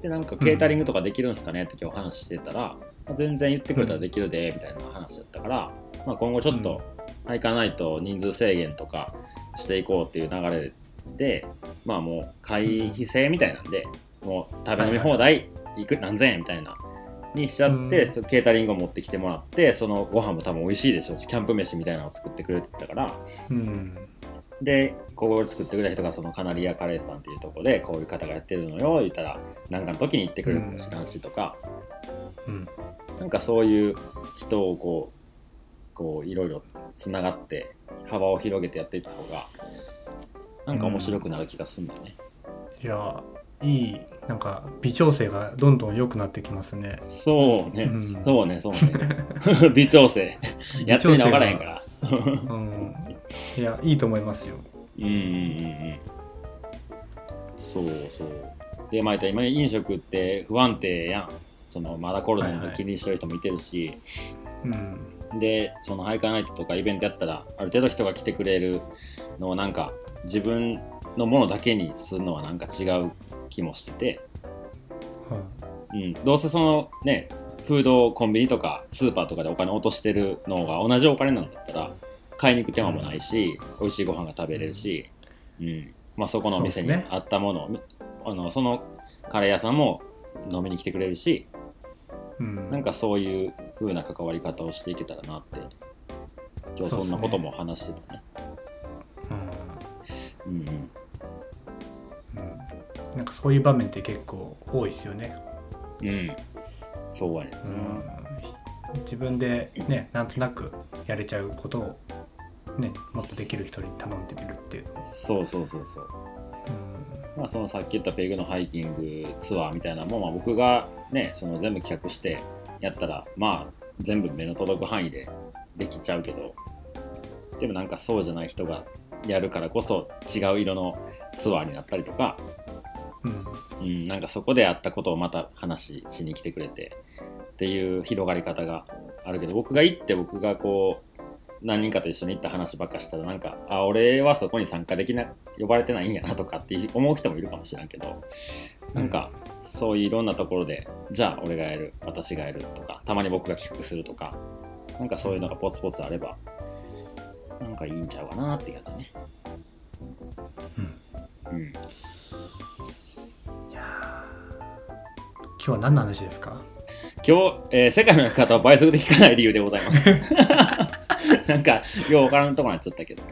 [SPEAKER 2] でなんかケータリングとかできるんですかねって今日話してたら、まあ全然言ってくれたらできるでみたいな話だったから、まあ、今後ちょっと、あいかないと人数制限とかしていこうっていう流れでまあもう会費制みたいなんでもう食べ飲み放題いく何千円みたいなにしちゃって、
[SPEAKER 3] うん
[SPEAKER 2] そケータリングを持ってきてもらってそのご飯も多分美味しいでしょうしキャンプ飯みたいなのを作ってくれてたから
[SPEAKER 3] うん
[SPEAKER 2] でここで作ってくれた人がそのカナリアカレーさんっていうとこでこういう方がやってるのよ言ったら何かの時に行ってくれるかもしらんしとか、
[SPEAKER 3] うん
[SPEAKER 2] なんかそういう人をこう、こういろいろつながって、幅を広げてやっていった方が、なんか面白くなる気がするんだよね。
[SPEAKER 3] いやいいなんか微調整がどんどん良くなってきますね。
[SPEAKER 2] そうね、
[SPEAKER 3] うん
[SPEAKER 2] そうね、そうね。 [laughs] 微調整。やってみな分からへんか
[SPEAKER 3] 微調
[SPEAKER 2] ら。
[SPEAKER 3] 整が。うん、いやいいと思いますよ。
[SPEAKER 2] うんうんうんうん。そうそう。で、まあ、今飲食って不安定やん。そのまだコロナの気にしてる人もいてるし、
[SPEAKER 3] うん
[SPEAKER 2] でそのハイカーナイトとかイベントやったらある程度人が来てくれるのをなんか自分のものだけにするのはなんか違う気もしてて、
[SPEAKER 3] は
[SPEAKER 2] うん、どうせそのねフードをコンビニとかスーパーとかでお金落としてるのが同じお金なんだったら買いに行く手間もないし、美味しいご飯が食べれるし、うんまあ、そこのお店に
[SPEAKER 3] そうですね
[SPEAKER 2] あったものを、あのそのカレー屋さんも飲みに来てくれるし
[SPEAKER 3] いうん、
[SPEAKER 2] なんかそういう風な関わり方をしていけたらなって今日そんなことも話してたね。うんうん
[SPEAKER 3] うん、うん、なんかそういう場面って結構多いですよね。
[SPEAKER 2] うん、そうやね、
[SPEAKER 3] うん、自分でねなんとなくやれちゃうことを、ね、もっとできる人に頼んでみるっていう。
[SPEAKER 2] そうそうそうそう、まあ、そのさっき言ったペグのハイキングツアーみたいなのも、まあ、僕がねその全部企画してやったらまあ全部目の届く範囲でできちゃうけどでもなんかそうじゃない人がやるからこそ違う色のツアーになったりとか、
[SPEAKER 3] うんうん
[SPEAKER 2] うん、なんかそこであったことをまた話しに来てくれてっていう広がり方があるけど僕が行って僕がこう何人かと一緒に行った話ばっかしたらなんかあ俺はそこに参加できな呼ばれてないんやなとかって思う人もいるかもしれんけどなんかそういういろんなところでじゃあ俺がやる私がやるとかたまに僕が企画するとかなんかそういうのがポツポツあればなんかいいんちゃうかなって感じね。
[SPEAKER 3] う
[SPEAKER 2] う
[SPEAKER 3] ん
[SPEAKER 2] ん
[SPEAKER 3] いやー今日は何の話ですか
[SPEAKER 2] 今日、えー世界の中方を倍速で聞かない理由でござい
[SPEAKER 3] [laughs]
[SPEAKER 2] ます。なんか、ようわからんとこになっちゃったけど。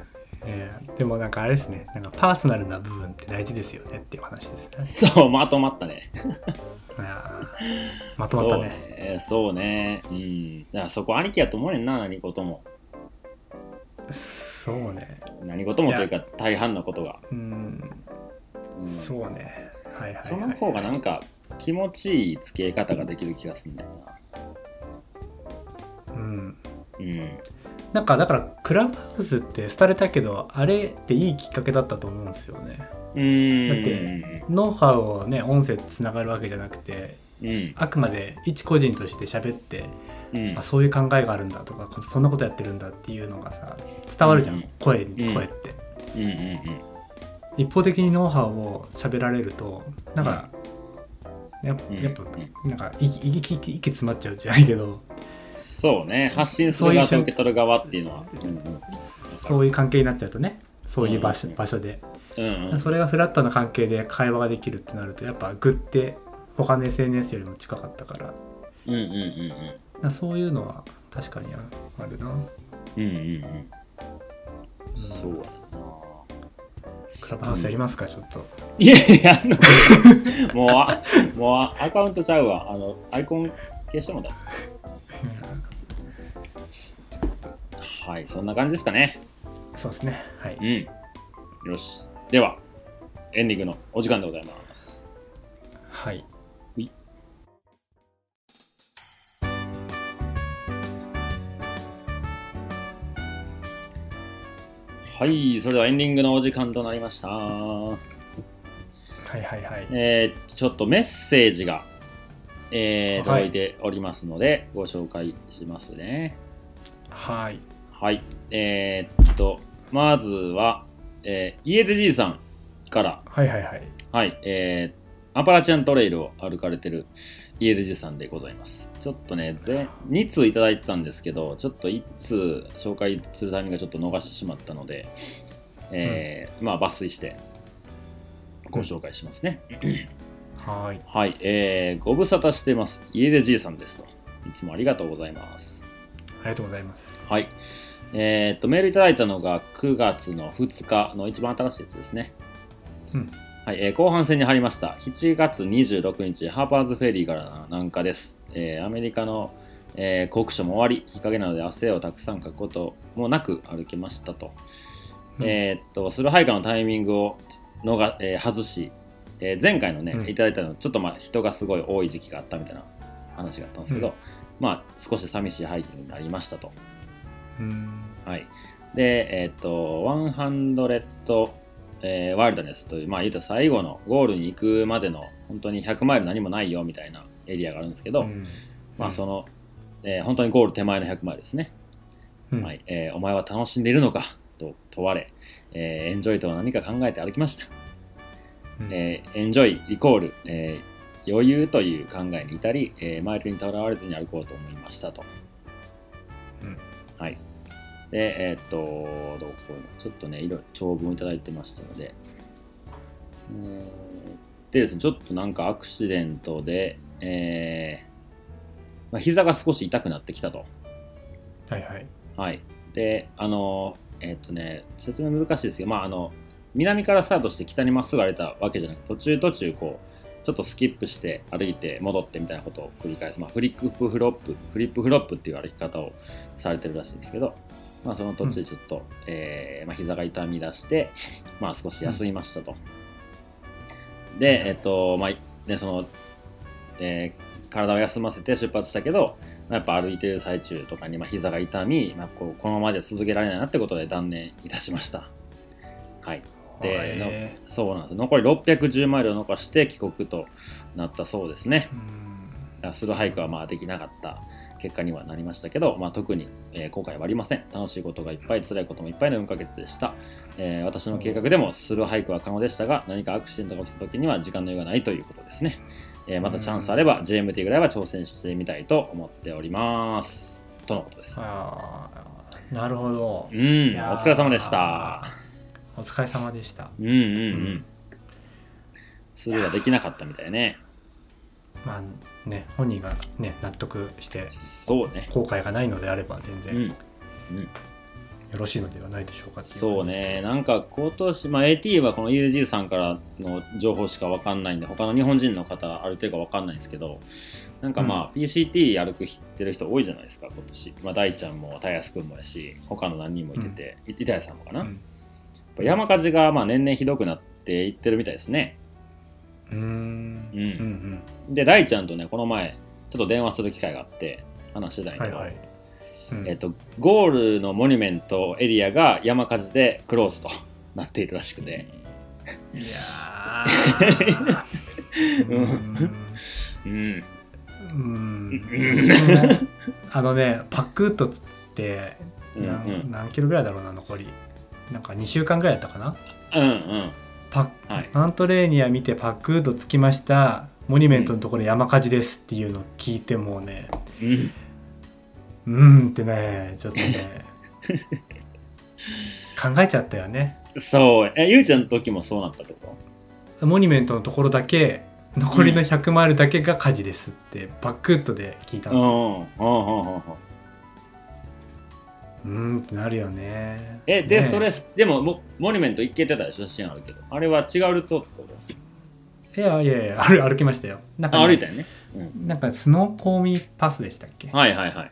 [SPEAKER 3] えーでもなんかあれですねなんかパーソナルな部分って大事ですよねっていう話ですね
[SPEAKER 2] そう、まとまったね。
[SPEAKER 3] い [laughs] やーまとまったね
[SPEAKER 2] そうね。そうね。うん。だからそこ兄貴やと思うねんな、何事も。
[SPEAKER 3] そうね
[SPEAKER 2] 何事もというか、大半のことが。
[SPEAKER 3] うん、
[SPEAKER 2] うん
[SPEAKER 3] そうねはいはい、はい、
[SPEAKER 2] その方がなんか、気持ちいい付き合い方ができる気がするんだよな。
[SPEAKER 3] うん
[SPEAKER 2] うん。
[SPEAKER 3] なんかだからクラブハウスって廃れたけどあれっていいきっかけだったと思うんですよね
[SPEAKER 2] うーん。
[SPEAKER 3] だってノウハウをね音声でつながるわけじゃなくて
[SPEAKER 2] うん。
[SPEAKER 3] あくまで一個人として喋って、
[SPEAKER 2] うん
[SPEAKER 3] あ。そういう考えがあるんだとかこそんなことやってるんだっていうのがさ伝わるじゃん、
[SPEAKER 2] うん
[SPEAKER 3] 声に
[SPEAKER 2] うん
[SPEAKER 3] 声って、
[SPEAKER 2] うん。うん。
[SPEAKER 3] 一方的にノウハウを喋られるとなんか、やっぱ
[SPEAKER 2] うん
[SPEAKER 3] やっぱ
[SPEAKER 2] う
[SPEAKER 3] なんか息息息息詰まっちゃうじゃないけど
[SPEAKER 2] そうね。発信する側と受け取る側っていうのは。うん
[SPEAKER 3] そういう関係になっちゃうとねそういう場所,、
[SPEAKER 2] うん
[SPEAKER 3] 場所で、
[SPEAKER 2] うん。うん。
[SPEAKER 3] それがフラットな関係で会話ができるってなるとやっぱグって他の SNS よりも近かったから
[SPEAKER 2] うん。うん。うん。うん。
[SPEAKER 3] なそういうのは確かにあるな、
[SPEAKER 2] うんうんうん。
[SPEAKER 3] ん
[SPEAKER 2] そうやな。
[SPEAKER 3] クラブハウスやりますかちょっと
[SPEAKER 2] いやいや、あの [laughs] もうあ、もうあアカウントちゃうわ。あの、アイコン消してもだ。はい、そんな感じですかね。
[SPEAKER 3] そうですねはい
[SPEAKER 2] うん。よし。では、エンディングのお時間でございます。
[SPEAKER 3] はい
[SPEAKER 2] はい、それではエンディングのお時間となりました。
[SPEAKER 3] はいはいはい。
[SPEAKER 2] えーちょっとメッセージが、えー
[SPEAKER 3] は
[SPEAKER 2] 届
[SPEAKER 3] い
[SPEAKER 2] いておりますので、ご紹介しますね。
[SPEAKER 3] はい。
[SPEAKER 2] はい。えーっと、まずは、えー、家出じいさんから、
[SPEAKER 3] はいはいはい。
[SPEAKER 2] はい、えーアパラチアントレイルを歩かれてる家出じさんでございます。ちょっとね、ぜ2通いただいてたんですけど、ちょっと1通紹介するタイミングがちょっと逃してしまったので、えーまあ抜粋してご紹介しますね。
[SPEAKER 3] はい。
[SPEAKER 2] はい、えーご無沙汰してます。家出じいさんですと。いつもありがとうございます。
[SPEAKER 3] ありがとうございます。
[SPEAKER 2] はい。えーっと、メールいただいたのが9月の2日の一番新しいやつですね。
[SPEAKER 3] うん。
[SPEAKER 2] はい、えー後半戦に入りました。7月26日、ハーパーズフェリーからの南下です。えーアメリカの、えー酷暑も終わり、日陰なので汗をたくさんかくこともなく歩けましたと。
[SPEAKER 3] うん
[SPEAKER 2] えーっと、スルーハイカーのタイミングをのが、えー外し、えー前回のね、
[SPEAKER 3] うん
[SPEAKER 2] いただいたの、ちょっとまあ人がすごい多い時期があったみたいな話があったんですけど、
[SPEAKER 3] うん
[SPEAKER 2] まあ少し寂しいハイキングになりましたと。
[SPEAKER 3] うん。
[SPEAKER 2] はい。で、えっ、と、100、えー、ワイルドネスという、まあ言うたら最後のゴールに行くまでの、本当に100マイル何もないよみたいなエリアがあるんですけど、
[SPEAKER 3] うん
[SPEAKER 2] まあその、えー本当にゴール手前の100マイルですね。
[SPEAKER 3] うん
[SPEAKER 2] はいえーお前は楽しんでいるのかと問われ、えーエンジョイとは何か考えて歩きました。
[SPEAKER 3] うん
[SPEAKER 2] えーエンジョイイコール、えー余裕という考えに至り、えーマイルにとらわれずに歩こうと思いましたと。
[SPEAKER 3] うん
[SPEAKER 2] はい。で、えーっと、どうこういうのちょっとね、いろいろ長文いただいてましたので、えーでですね、ちょっとなんかアクシデントで、えーまあ、膝が少し痛くなってきたと。
[SPEAKER 3] はいはい。
[SPEAKER 2] はい。で、あの、えっとね、説明難しいですけど、まあ、あの、南からスタートして北にまっすぐ歩いたわけじゃなくて、途中途中、こう、ちょっとスキップして歩いて戻ってみたいなことを繰り返す、まあ、フリックフロップ、フリップフロップっていう歩き方をされてるらしいんですけど、まあ、その途中ちょっと、えーまあ、膝が痛み出して、まあ、少し休みましたと。で、えっと、まあ、ね、その、えー体を休ませて出発したけど、まあやっぱ歩いてる最中とかにまあ膝が痛み、まあ、こうこのままでは続けられないなってことで断念いたしました。はい、で
[SPEAKER 3] はい
[SPEAKER 2] そうなんです。残り610マイルを残して帰国となったそうですね。
[SPEAKER 3] うん
[SPEAKER 2] ラスルハイクはまあできなかった結果にはなりましたけど、まあ、特に、えー後悔はありません。楽しいことがいっぱい、辛いこともいっぱいの4ヶ月でした。えー私の計画でもスルーハイクは可能でしたが、何かアクシデントが起きた時には時間の余裕がないということですね。えーまたチャンスあれば JMT ぐらいは挑戦してみたいと思っております。とのことです。
[SPEAKER 3] ああ、なるほど
[SPEAKER 2] う。ん、お
[SPEAKER 3] やー
[SPEAKER 2] 疲れ様でした。
[SPEAKER 3] お疲れ様でした。
[SPEAKER 2] うんうんう。
[SPEAKER 3] うん
[SPEAKER 2] スルーはできなかったみたいね。
[SPEAKER 3] まあね、本人がね、納得して、
[SPEAKER 2] そうね。
[SPEAKER 3] 後悔がないのであれば全
[SPEAKER 2] う
[SPEAKER 3] 然
[SPEAKER 2] ん
[SPEAKER 3] よ。ろしいのではないでしょうかってい
[SPEAKER 2] そうね、なんか今年、まあ、AT はこの UG さんからの情報しかわかんないんで、他の日本人の方、ある程度わかんないんですけど、なんかまあ、PCT 歩く人ってる人多いじゃないですか、今年。まあ、大ちゃんも、たやすくんもやし、他の何人もいてて、いたやさんもかな。や
[SPEAKER 3] 感
[SPEAKER 2] っ
[SPEAKER 3] じ
[SPEAKER 2] ぱ山火事がまあ年々ひどくなっていってるみたいですね。
[SPEAKER 3] ですけどうん。うん
[SPEAKER 2] う
[SPEAKER 3] うんんうん
[SPEAKER 2] で、大ちゃんとね、この前、ちょっと電話する機会があって、話してたんや
[SPEAKER 3] は
[SPEAKER 2] け
[SPEAKER 3] い
[SPEAKER 2] ど、
[SPEAKER 3] はい。うん
[SPEAKER 2] えっと、ゴールのモニュメントエリアが山火事でクローズとなっているらしくて。
[SPEAKER 3] いやー
[SPEAKER 2] うん
[SPEAKER 3] うん
[SPEAKER 2] うん
[SPEAKER 3] うーんあのねパクッとつって
[SPEAKER 2] うんう
[SPEAKER 3] なん何キロぐらいだろうな残りなんか2週間ぐらいだったかな
[SPEAKER 2] うんうん
[SPEAKER 3] パ
[SPEAKER 2] はい
[SPEAKER 3] マントレーニア見てパクッとつきましたモニュメントのところ山火事ですっていうのを聞いてもうね
[SPEAKER 2] うん
[SPEAKER 3] うーんってねちょっとね考えちゃったよね
[SPEAKER 2] そうえゆうちゃんの時もそうなったってこ
[SPEAKER 3] モニュメントのところだけ残りの100マイルだけが火事ですってパクッとで聞いた
[SPEAKER 2] と
[SPEAKER 3] んですよ
[SPEAKER 2] うんうんうんうんうん
[SPEAKER 3] うーんってなるよね
[SPEAKER 2] えで、
[SPEAKER 3] ね
[SPEAKER 2] それでもモモニュメント行けてたでしょシーンあるけどあれは違うルートってこと
[SPEAKER 3] いやいやいや歩歩きましたよなんかね、
[SPEAKER 2] あ歩いたよね、うん、
[SPEAKER 3] なんかスノーコーミパスでしたっけ、
[SPEAKER 2] はいはいはい、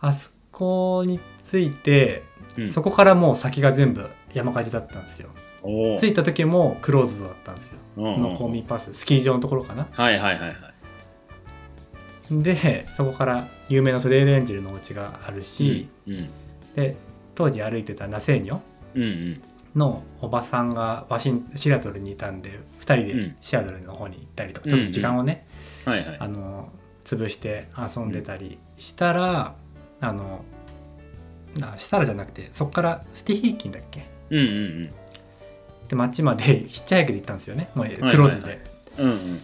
[SPEAKER 3] あそこに着いて、
[SPEAKER 2] うん、
[SPEAKER 3] そこからもう先が全部山火事だったんですよ
[SPEAKER 2] おー
[SPEAKER 3] 着いた時もクローズドだったんですよ
[SPEAKER 2] う
[SPEAKER 3] ス
[SPEAKER 2] んうんうん
[SPEAKER 3] ノーコーミパススキー場のところかな
[SPEAKER 2] はいはいはいはい
[SPEAKER 3] でそこから有名なトレイレンジルのお家があるし、
[SPEAKER 2] うん
[SPEAKER 3] で当時歩いてたナセーニョ
[SPEAKER 2] うんうん
[SPEAKER 3] のおばさんがワシンシアトルにいたんで2人
[SPEAKER 2] う
[SPEAKER 3] で
[SPEAKER 2] ん
[SPEAKER 3] シアトルの方に行ったりとか、
[SPEAKER 2] うんうん
[SPEAKER 3] ちょっと時間をね、
[SPEAKER 2] はいはい
[SPEAKER 3] あの潰して遊んでたりしたら、あのなしたらじゃなくてそこからスティヒーキンだっけ
[SPEAKER 2] うんうん
[SPEAKER 3] で町まで [laughs] ヒッチハイクで行ったんですよねもうク
[SPEAKER 2] はい
[SPEAKER 3] ローズで、
[SPEAKER 2] うんうんうん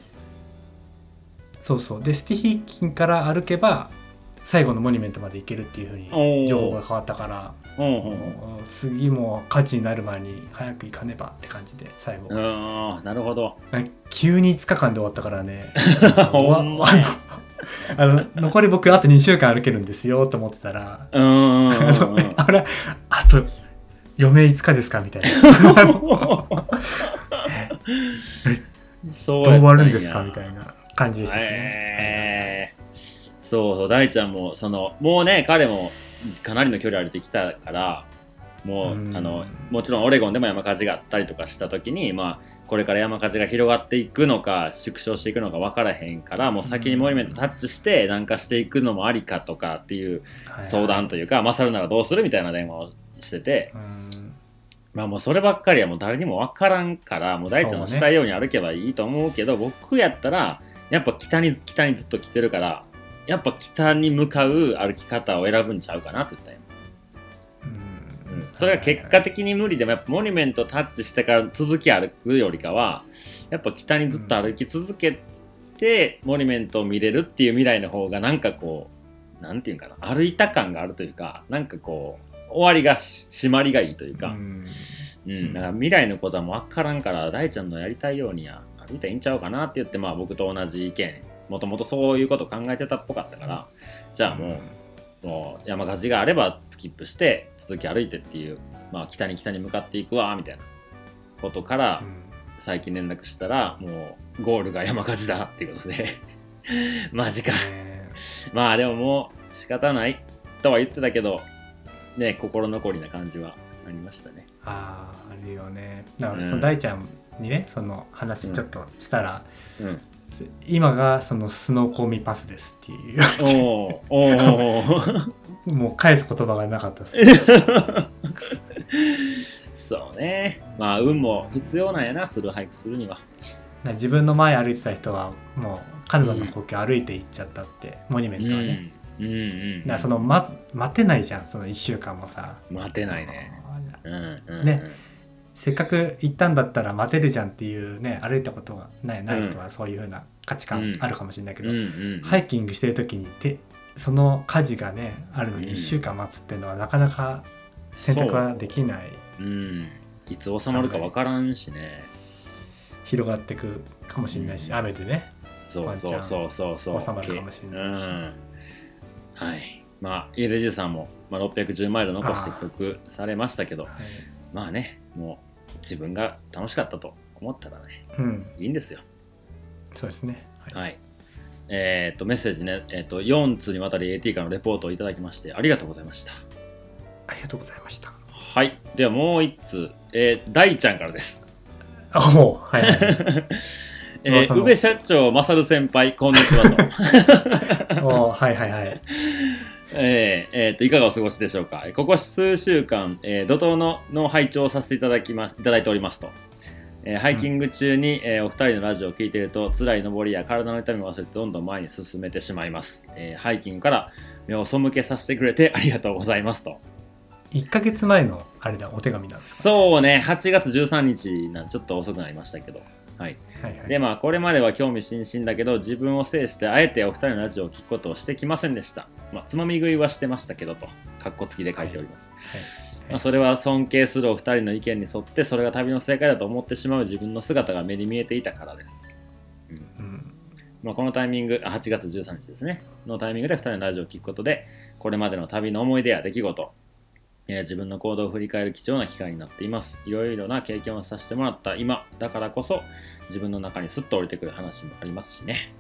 [SPEAKER 3] そうそうでスティヒーキンから歩けば最後のモニュメントまで行けるっていうふう
[SPEAKER 2] おー
[SPEAKER 3] に情報が変わったから
[SPEAKER 2] ほうほうほう
[SPEAKER 3] もう次も火事になる前に早く行かねばって感じで最後
[SPEAKER 2] ああなるほ
[SPEAKER 3] [laughs]
[SPEAKER 2] ど
[SPEAKER 3] 急に5日間で終わったからね
[SPEAKER 2] [laughs] ほんまや
[SPEAKER 3] [laughs] あの残り僕あと2週間歩けるんですよと思ってたら
[SPEAKER 2] うんうんうんうん
[SPEAKER 3] [laughs] あのえあれあと余命5日ですかみたい
[SPEAKER 2] [laughs]
[SPEAKER 3] なあの
[SPEAKER 2] そうやった
[SPEAKER 3] どう終
[SPEAKER 2] んや
[SPEAKER 3] わるんですかみたいな感じでしたね、
[SPEAKER 2] えーそうそう大ちゃんもそのもうね彼もかなりの距離歩いてきたからもう、
[SPEAKER 3] うん
[SPEAKER 2] あのもちろんオレゴンでも山火事があったりとかした時に、まあ、これから山火事が広がっていくのか縮小していくのか分からへんからもう先にモニュメントタッチして南下していくのもありかとかっていう
[SPEAKER 3] はいはい
[SPEAKER 2] 相談というか、マサルならどうするみたいな電話をしてて、
[SPEAKER 3] うん
[SPEAKER 2] まあもうそればっかりはもう誰にも分からんから、もう大ちゃんのしたいように歩けばいいと思うけど、僕やったら、やっぱ北に、北にずっと来てるから、やっぱ北に向かう歩き方を選ぶんちゃうかなって言ったんよ。
[SPEAKER 3] うん
[SPEAKER 2] それが結果的に無理でも、やっぱモニュメントタッチしてから続き歩くよりかは、やっぱ北にずっと歩き続けて、モニュメントを見れるっていう未来の方が、なんかこう、なんていうんかな、歩いた感があるというか、なんかこう、終わりがし、締まりがいいというか、
[SPEAKER 3] うん
[SPEAKER 2] うん、だから未来のことはもう分からんから大ちゃんのやりたいようにや歩いたらいいんちゃうかなって言ってまあ僕と同じ意見もともとそういうこと考えてたっぽかったからじゃあもう,、もう山火事があればスキップして続き歩いてっていう、まあ、北に北に向かっていくわみたいなことから
[SPEAKER 3] うん
[SPEAKER 2] 最近連絡したらもうゴールが山火事だっていうことで [laughs] マジか
[SPEAKER 3] ね
[SPEAKER 2] まあでももう仕方ないとは言ってたけどね心残りな感じはありましたね
[SPEAKER 3] あああるよねだからそうの
[SPEAKER 2] ん
[SPEAKER 3] 大ちゃんにねその話ちょっとしたら、
[SPEAKER 2] うん
[SPEAKER 3] 今がそのスノーコーミパスですってい
[SPEAKER 2] お
[SPEAKER 3] う
[SPEAKER 2] ーおーおー
[SPEAKER 3] もう返す言葉がなかったです
[SPEAKER 2] [laughs] そうねまあ運も必要なんやなする俳句するには
[SPEAKER 3] な自分の前歩いてた人はもうカナダの国境歩いて行っちゃったって、モニュメントはね、
[SPEAKER 2] うんうんうん
[SPEAKER 3] だからその、ま、待てないじゃんその1週間もさ
[SPEAKER 2] 待てないねうんうんうん
[SPEAKER 3] ねせっかく行ったんだったら待てるじゃんっていうね歩いたことがないない人はそういうふうな価値
[SPEAKER 2] う
[SPEAKER 3] 観
[SPEAKER 2] ん
[SPEAKER 3] あるかもしれないけ
[SPEAKER 2] うん
[SPEAKER 3] ど、
[SPEAKER 2] うん
[SPEAKER 3] ハイキングしてる時にてその火事がねあるの
[SPEAKER 2] うん
[SPEAKER 3] に1週間待つっていうのはなかなか選択はできない
[SPEAKER 2] そううんいつ収まるかわからんしね
[SPEAKER 3] 広がってくかもしれないし、
[SPEAKER 2] うん
[SPEAKER 3] 雨でね
[SPEAKER 2] そ
[SPEAKER 3] ワ
[SPEAKER 2] う
[SPEAKER 3] ンチ
[SPEAKER 2] そ
[SPEAKER 3] ャ
[SPEAKER 2] う
[SPEAKER 3] ン
[SPEAKER 2] そうそうそう
[SPEAKER 3] 収まるかもしれないし
[SPEAKER 2] うん、はいまあ家出じさんも、まあ、610マイル残して帰国されましたけど
[SPEAKER 3] はい
[SPEAKER 2] まあねもう自分が楽しかったと思ったらね
[SPEAKER 3] うん
[SPEAKER 2] いいんですよ
[SPEAKER 3] そうですねはい
[SPEAKER 2] はい。えーっと、メッセージね、えーっと、4通にわたり AT からのレポートをいただきまして、ありがとうございました。
[SPEAKER 3] ありがとうございました
[SPEAKER 2] はい。では、もう1通、えー大ちゃんからです。
[SPEAKER 3] おおはい、はい、
[SPEAKER 2] え
[SPEAKER 3] 噂
[SPEAKER 2] ー、
[SPEAKER 3] の
[SPEAKER 2] 宇部社長、まさる先輩、こんにちはと。 [laughs]
[SPEAKER 3] おーはいはいはい
[SPEAKER 2] えーえーっと、いかがお過ごしでしょうか。えーここ数週間、えー怒涛のの拝聴をさせていただきま、いただいておりますと。えーハイキング中に、えーお二人のラジオを聞いていると辛い登りや体の痛みを忘れてどんどん前に進めてしまいます、えーハイキングから目を背けさせてくれてありがとうございますと
[SPEAKER 3] 1か月前のあれだお手紙なんですか
[SPEAKER 2] そうね、8月13日なん、ちょっと遅くなりましたけど。はい。
[SPEAKER 3] はいはい
[SPEAKER 2] で、まあ、これまでは興味津々だけど、自分を制して、あえてお二人のラジオを聞くことをしてきませんでした。まあ、つまみ食いはしてましたけど、と、かっこつきで書いております。
[SPEAKER 3] い
[SPEAKER 2] まあ、それは尊敬するお二人の意見に沿って、それが旅の正解だと思ってしまう自分の姿が目に見えていたからです。うん
[SPEAKER 3] うん
[SPEAKER 2] まあ、このタイミング、あ8月13日ですね、のタイミングで2人のラジオを聞くことで、これまでの旅の思い出や出来事、えー自分の行動を振り返る貴重な機会になっています。いろいろな経験をさせてもらった今だからこそ、自分の中にスッと降りてくる話もありますしね。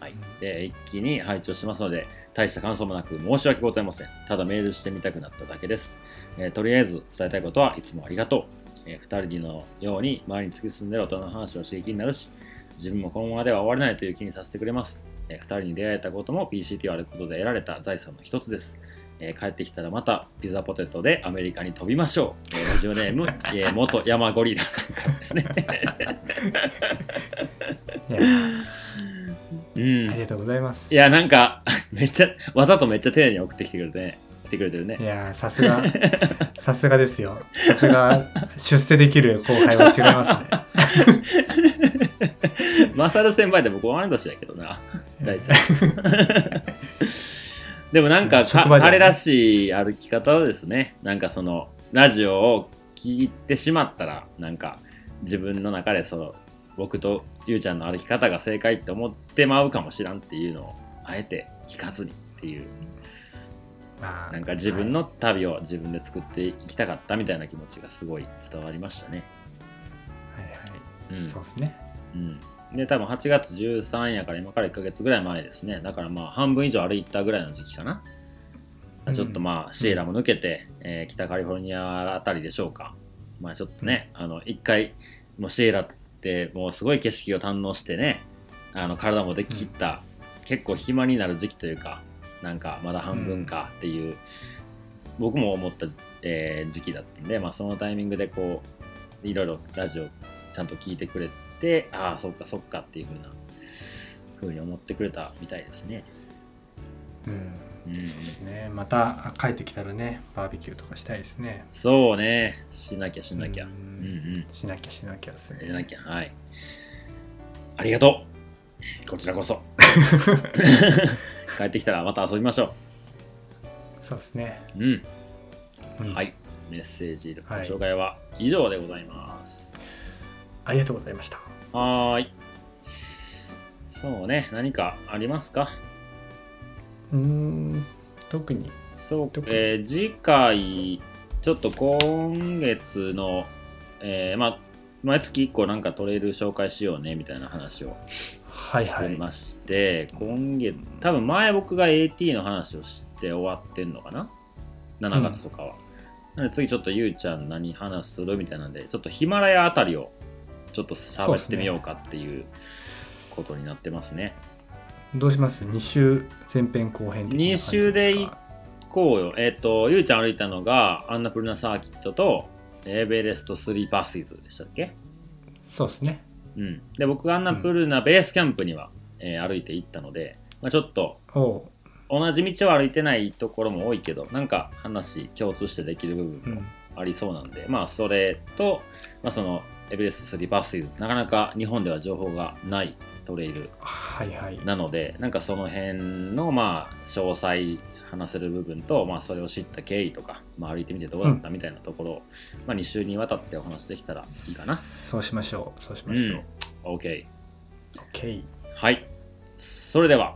[SPEAKER 2] はい、で一気に拝聴しますので、大した感想もなく申し訳ございません。ただメールしてみたくなっただけです。えーとりあえず伝えたいことはいつもありがとう。え2人のように周りに突き進んでる大人の話は刺激になるし、自分もこのままでは終われないという気にさせてくれます。え2人に出会えたことも PCT を歩くことで得られた財産の一つです。ええー帰ってきたらまたピザポテトでアメリカに飛びましょう、えーラジオネーム、えー元山ゴリラさんからですね
[SPEAKER 3] いや
[SPEAKER 2] うん
[SPEAKER 3] ありがとうございます
[SPEAKER 2] いやなんか [laughs] めっちゃわざとめっちゃ丁寧に送ってきてくれてね来てくれてるね
[SPEAKER 3] いやーさすがさすがですよさすが出世できる後輩は違います
[SPEAKER 2] マサル先輩で僕同い年だけどな [laughs] 大
[SPEAKER 3] [laughs]
[SPEAKER 2] ちゃんでもなんかか
[SPEAKER 3] 職場では
[SPEAKER 2] 彼
[SPEAKER 3] ね
[SPEAKER 2] らしい歩き方ですねなんかそのラジオを聞いてしまったらなんか自分の中でその僕とゆうちゃんの歩き方が正解って思ってまうかもしらんっていうのをあえて聞かずにっていう
[SPEAKER 3] ね
[SPEAKER 2] なんか自分
[SPEAKER 3] の
[SPEAKER 2] の旅を自分で作っていきたかったみたいな気持ちがすごい伝わりましたね。
[SPEAKER 3] はいはい、は
[SPEAKER 2] う
[SPEAKER 3] い
[SPEAKER 2] ん
[SPEAKER 3] そうですね
[SPEAKER 2] うん、で多分8月13やから今から1ヶ月ぐらい前ですねだからまあ半分以上歩いたぐらいの時期かな、
[SPEAKER 3] うん
[SPEAKER 2] ちょっとまあシエラも抜けて、えー北カリフォルニアあたりでしょうかまあちょっとね、あの一回もうシエラってもうすごい景色を堪能してねあの体もでききった、結構暇になる時期というかなんかまだ半分かっていう、僕も思った、えー時期だったんで、まあ、そのタイミングでこういろいろラジオちゃんと聞いてくれてああそっかそっかっていうふうなふうに思ってくれたみたいですね。
[SPEAKER 3] うん
[SPEAKER 2] うん、
[SPEAKER 3] そうですねまた帰ってきたらねバーベキューとかしたいですね
[SPEAKER 2] そうねしなきゃしなきゃ。
[SPEAKER 3] う
[SPEAKER 2] うん
[SPEAKER 3] ん
[SPEAKER 2] うん
[SPEAKER 3] しなきゃしなきゃです
[SPEAKER 2] し
[SPEAKER 3] ね
[SPEAKER 2] なきゃはい。ありがとうこちらこ
[SPEAKER 3] [laughs]
[SPEAKER 2] そ帰ってきたらまた遊びましょ
[SPEAKER 3] そうですね、
[SPEAKER 2] う。うん
[SPEAKER 3] うん
[SPEAKER 2] はいメッセージご
[SPEAKER 3] はい
[SPEAKER 2] 紹介は以上でございます。
[SPEAKER 3] ありがとうございました
[SPEAKER 2] はーい。そうね、何かありますか
[SPEAKER 3] うーん特に
[SPEAKER 2] そう
[SPEAKER 3] 特、に
[SPEAKER 2] えー次回、ちょっと今月の、えーまあ、毎月1個なんかトレイル紹介しようねみたいな話を
[SPEAKER 3] はい
[SPEAKER 2] し
[SPEAKER 3] は
[SPEAKER 2] て
[SPEAKER 3] い
[SPEAKER 2] まして、今月、多分前僕が AT の話をして終わってんのかな ?7 月とかは。なので次ちょっとゆうちゃん何話するみたいなんで、ちょっとヒマラヤあたりをちょっと喋ってみようかっていうことになってますね。
[SPEAKER 3] どうします2週前編後編的な感じ
[SPEAKER 2] 二
[SPEAKER 3] ですか
[SPEAKER 2] 週でいこうよ。えっ、と、ゆうちゃん歩いたのが、アンナプルナサーキットと、エベレスト3パスイズでしたっけ
[SPEAKER 3] そうですね
[SPEAKER 2] うん。で、僕がアンナプルナベースキャンプには、えー歩いて行ったので、まあ、ちょっと、
[SPEAKER 3] おう
[SPEAKER 2] 同じ道は歩いてないところも多いけど、なんか話共通してできる部分もありそうなんで、まあ、それと、まあ、その、エベレスト3パスイズ、なかなか日本では情報がないトレイル
[SPEAKER 3] はいはい
[SPEAKER 2] なのでなんかその辺のまあ詳細話せる部分と、まあ、それを知った経緯とか、まあ、歩いてみてどうだったみたいなところを、まあ、2週にわたってお話できたらいいかな。
[SPEAKER 3] そうしましょうそうしましょう、
[SPEAKER 2] OK。
[SPEAKER 3] OK
[SPEAKER 2] はい。それでは、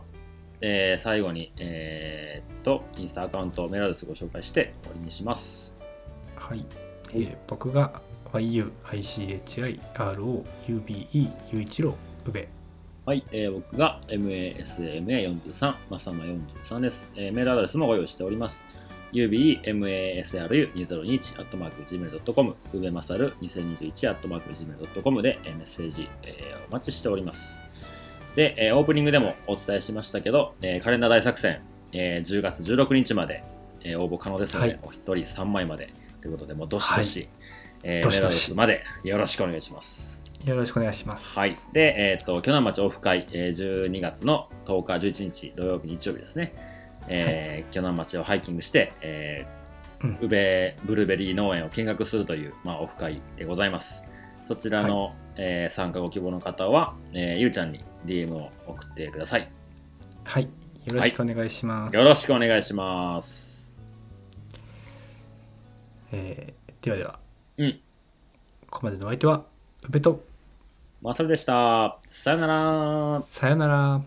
[SPEAKER 2] えー最後に、えーっと、インスタアカウントメールアドレスご紹介して終わりにします。
[SPEAKER 3] はい、えー僕が YUICHIROUBE うべ
[SPEAKER 2] はい、えー僕が MASMA43、まさま43です、えーメールアドレスもご用意しております。ubemasru2021-gmail.com、うべまさる 2021-gmail.com で、えーメッセージ、えーお待ちしております。で、えーオープニングでもお伝えしましたけど、えーカレンダー大作戦、えー10月16日まで、えー応募可能ですので、
[SPEAKER 3] はい
[SPEAKER 2] お一人3枚までということで、もうどしどし、えー
[SPEAKER 3] ど
[SPEAKER 2] メー
[SPEAKER 3] し
[SPEAKER 2] ルアド
[SPEAKER 3] ど
[SPEAKER 2] レ
[SPEAKER 3] し
[SPEAKER 2] スまでよろしくお願いします。
[SPEAKER 3] よろしくお願いします
[SPEAKER 2] はい、で、えっと鋸南町オフ会、えー12月の10日、11日、土曜日、日曜日ですね、えー、鋸南町をハイキングして、え
[SPEAKER 3] うん
[SPEAKER 2] ー宇部ブルーベリー農園を見学するという、まあ、オフ会でございます。そちらの、えー参加ご希望の方は、えーゆうちゃんに DM を送ってください。
[SPEAKER 3] はい、よろしくお願いします、
[SPEAKER 2] よろしくお願いします。
[SPEAKER 3] えーではでは
[SPEAKER 2] うん
[SPEAKER 3] ここまでのお相手はうべと
[SPEAKER 2] まさるでした。さよなら。
[SPEAKER 3] さよなら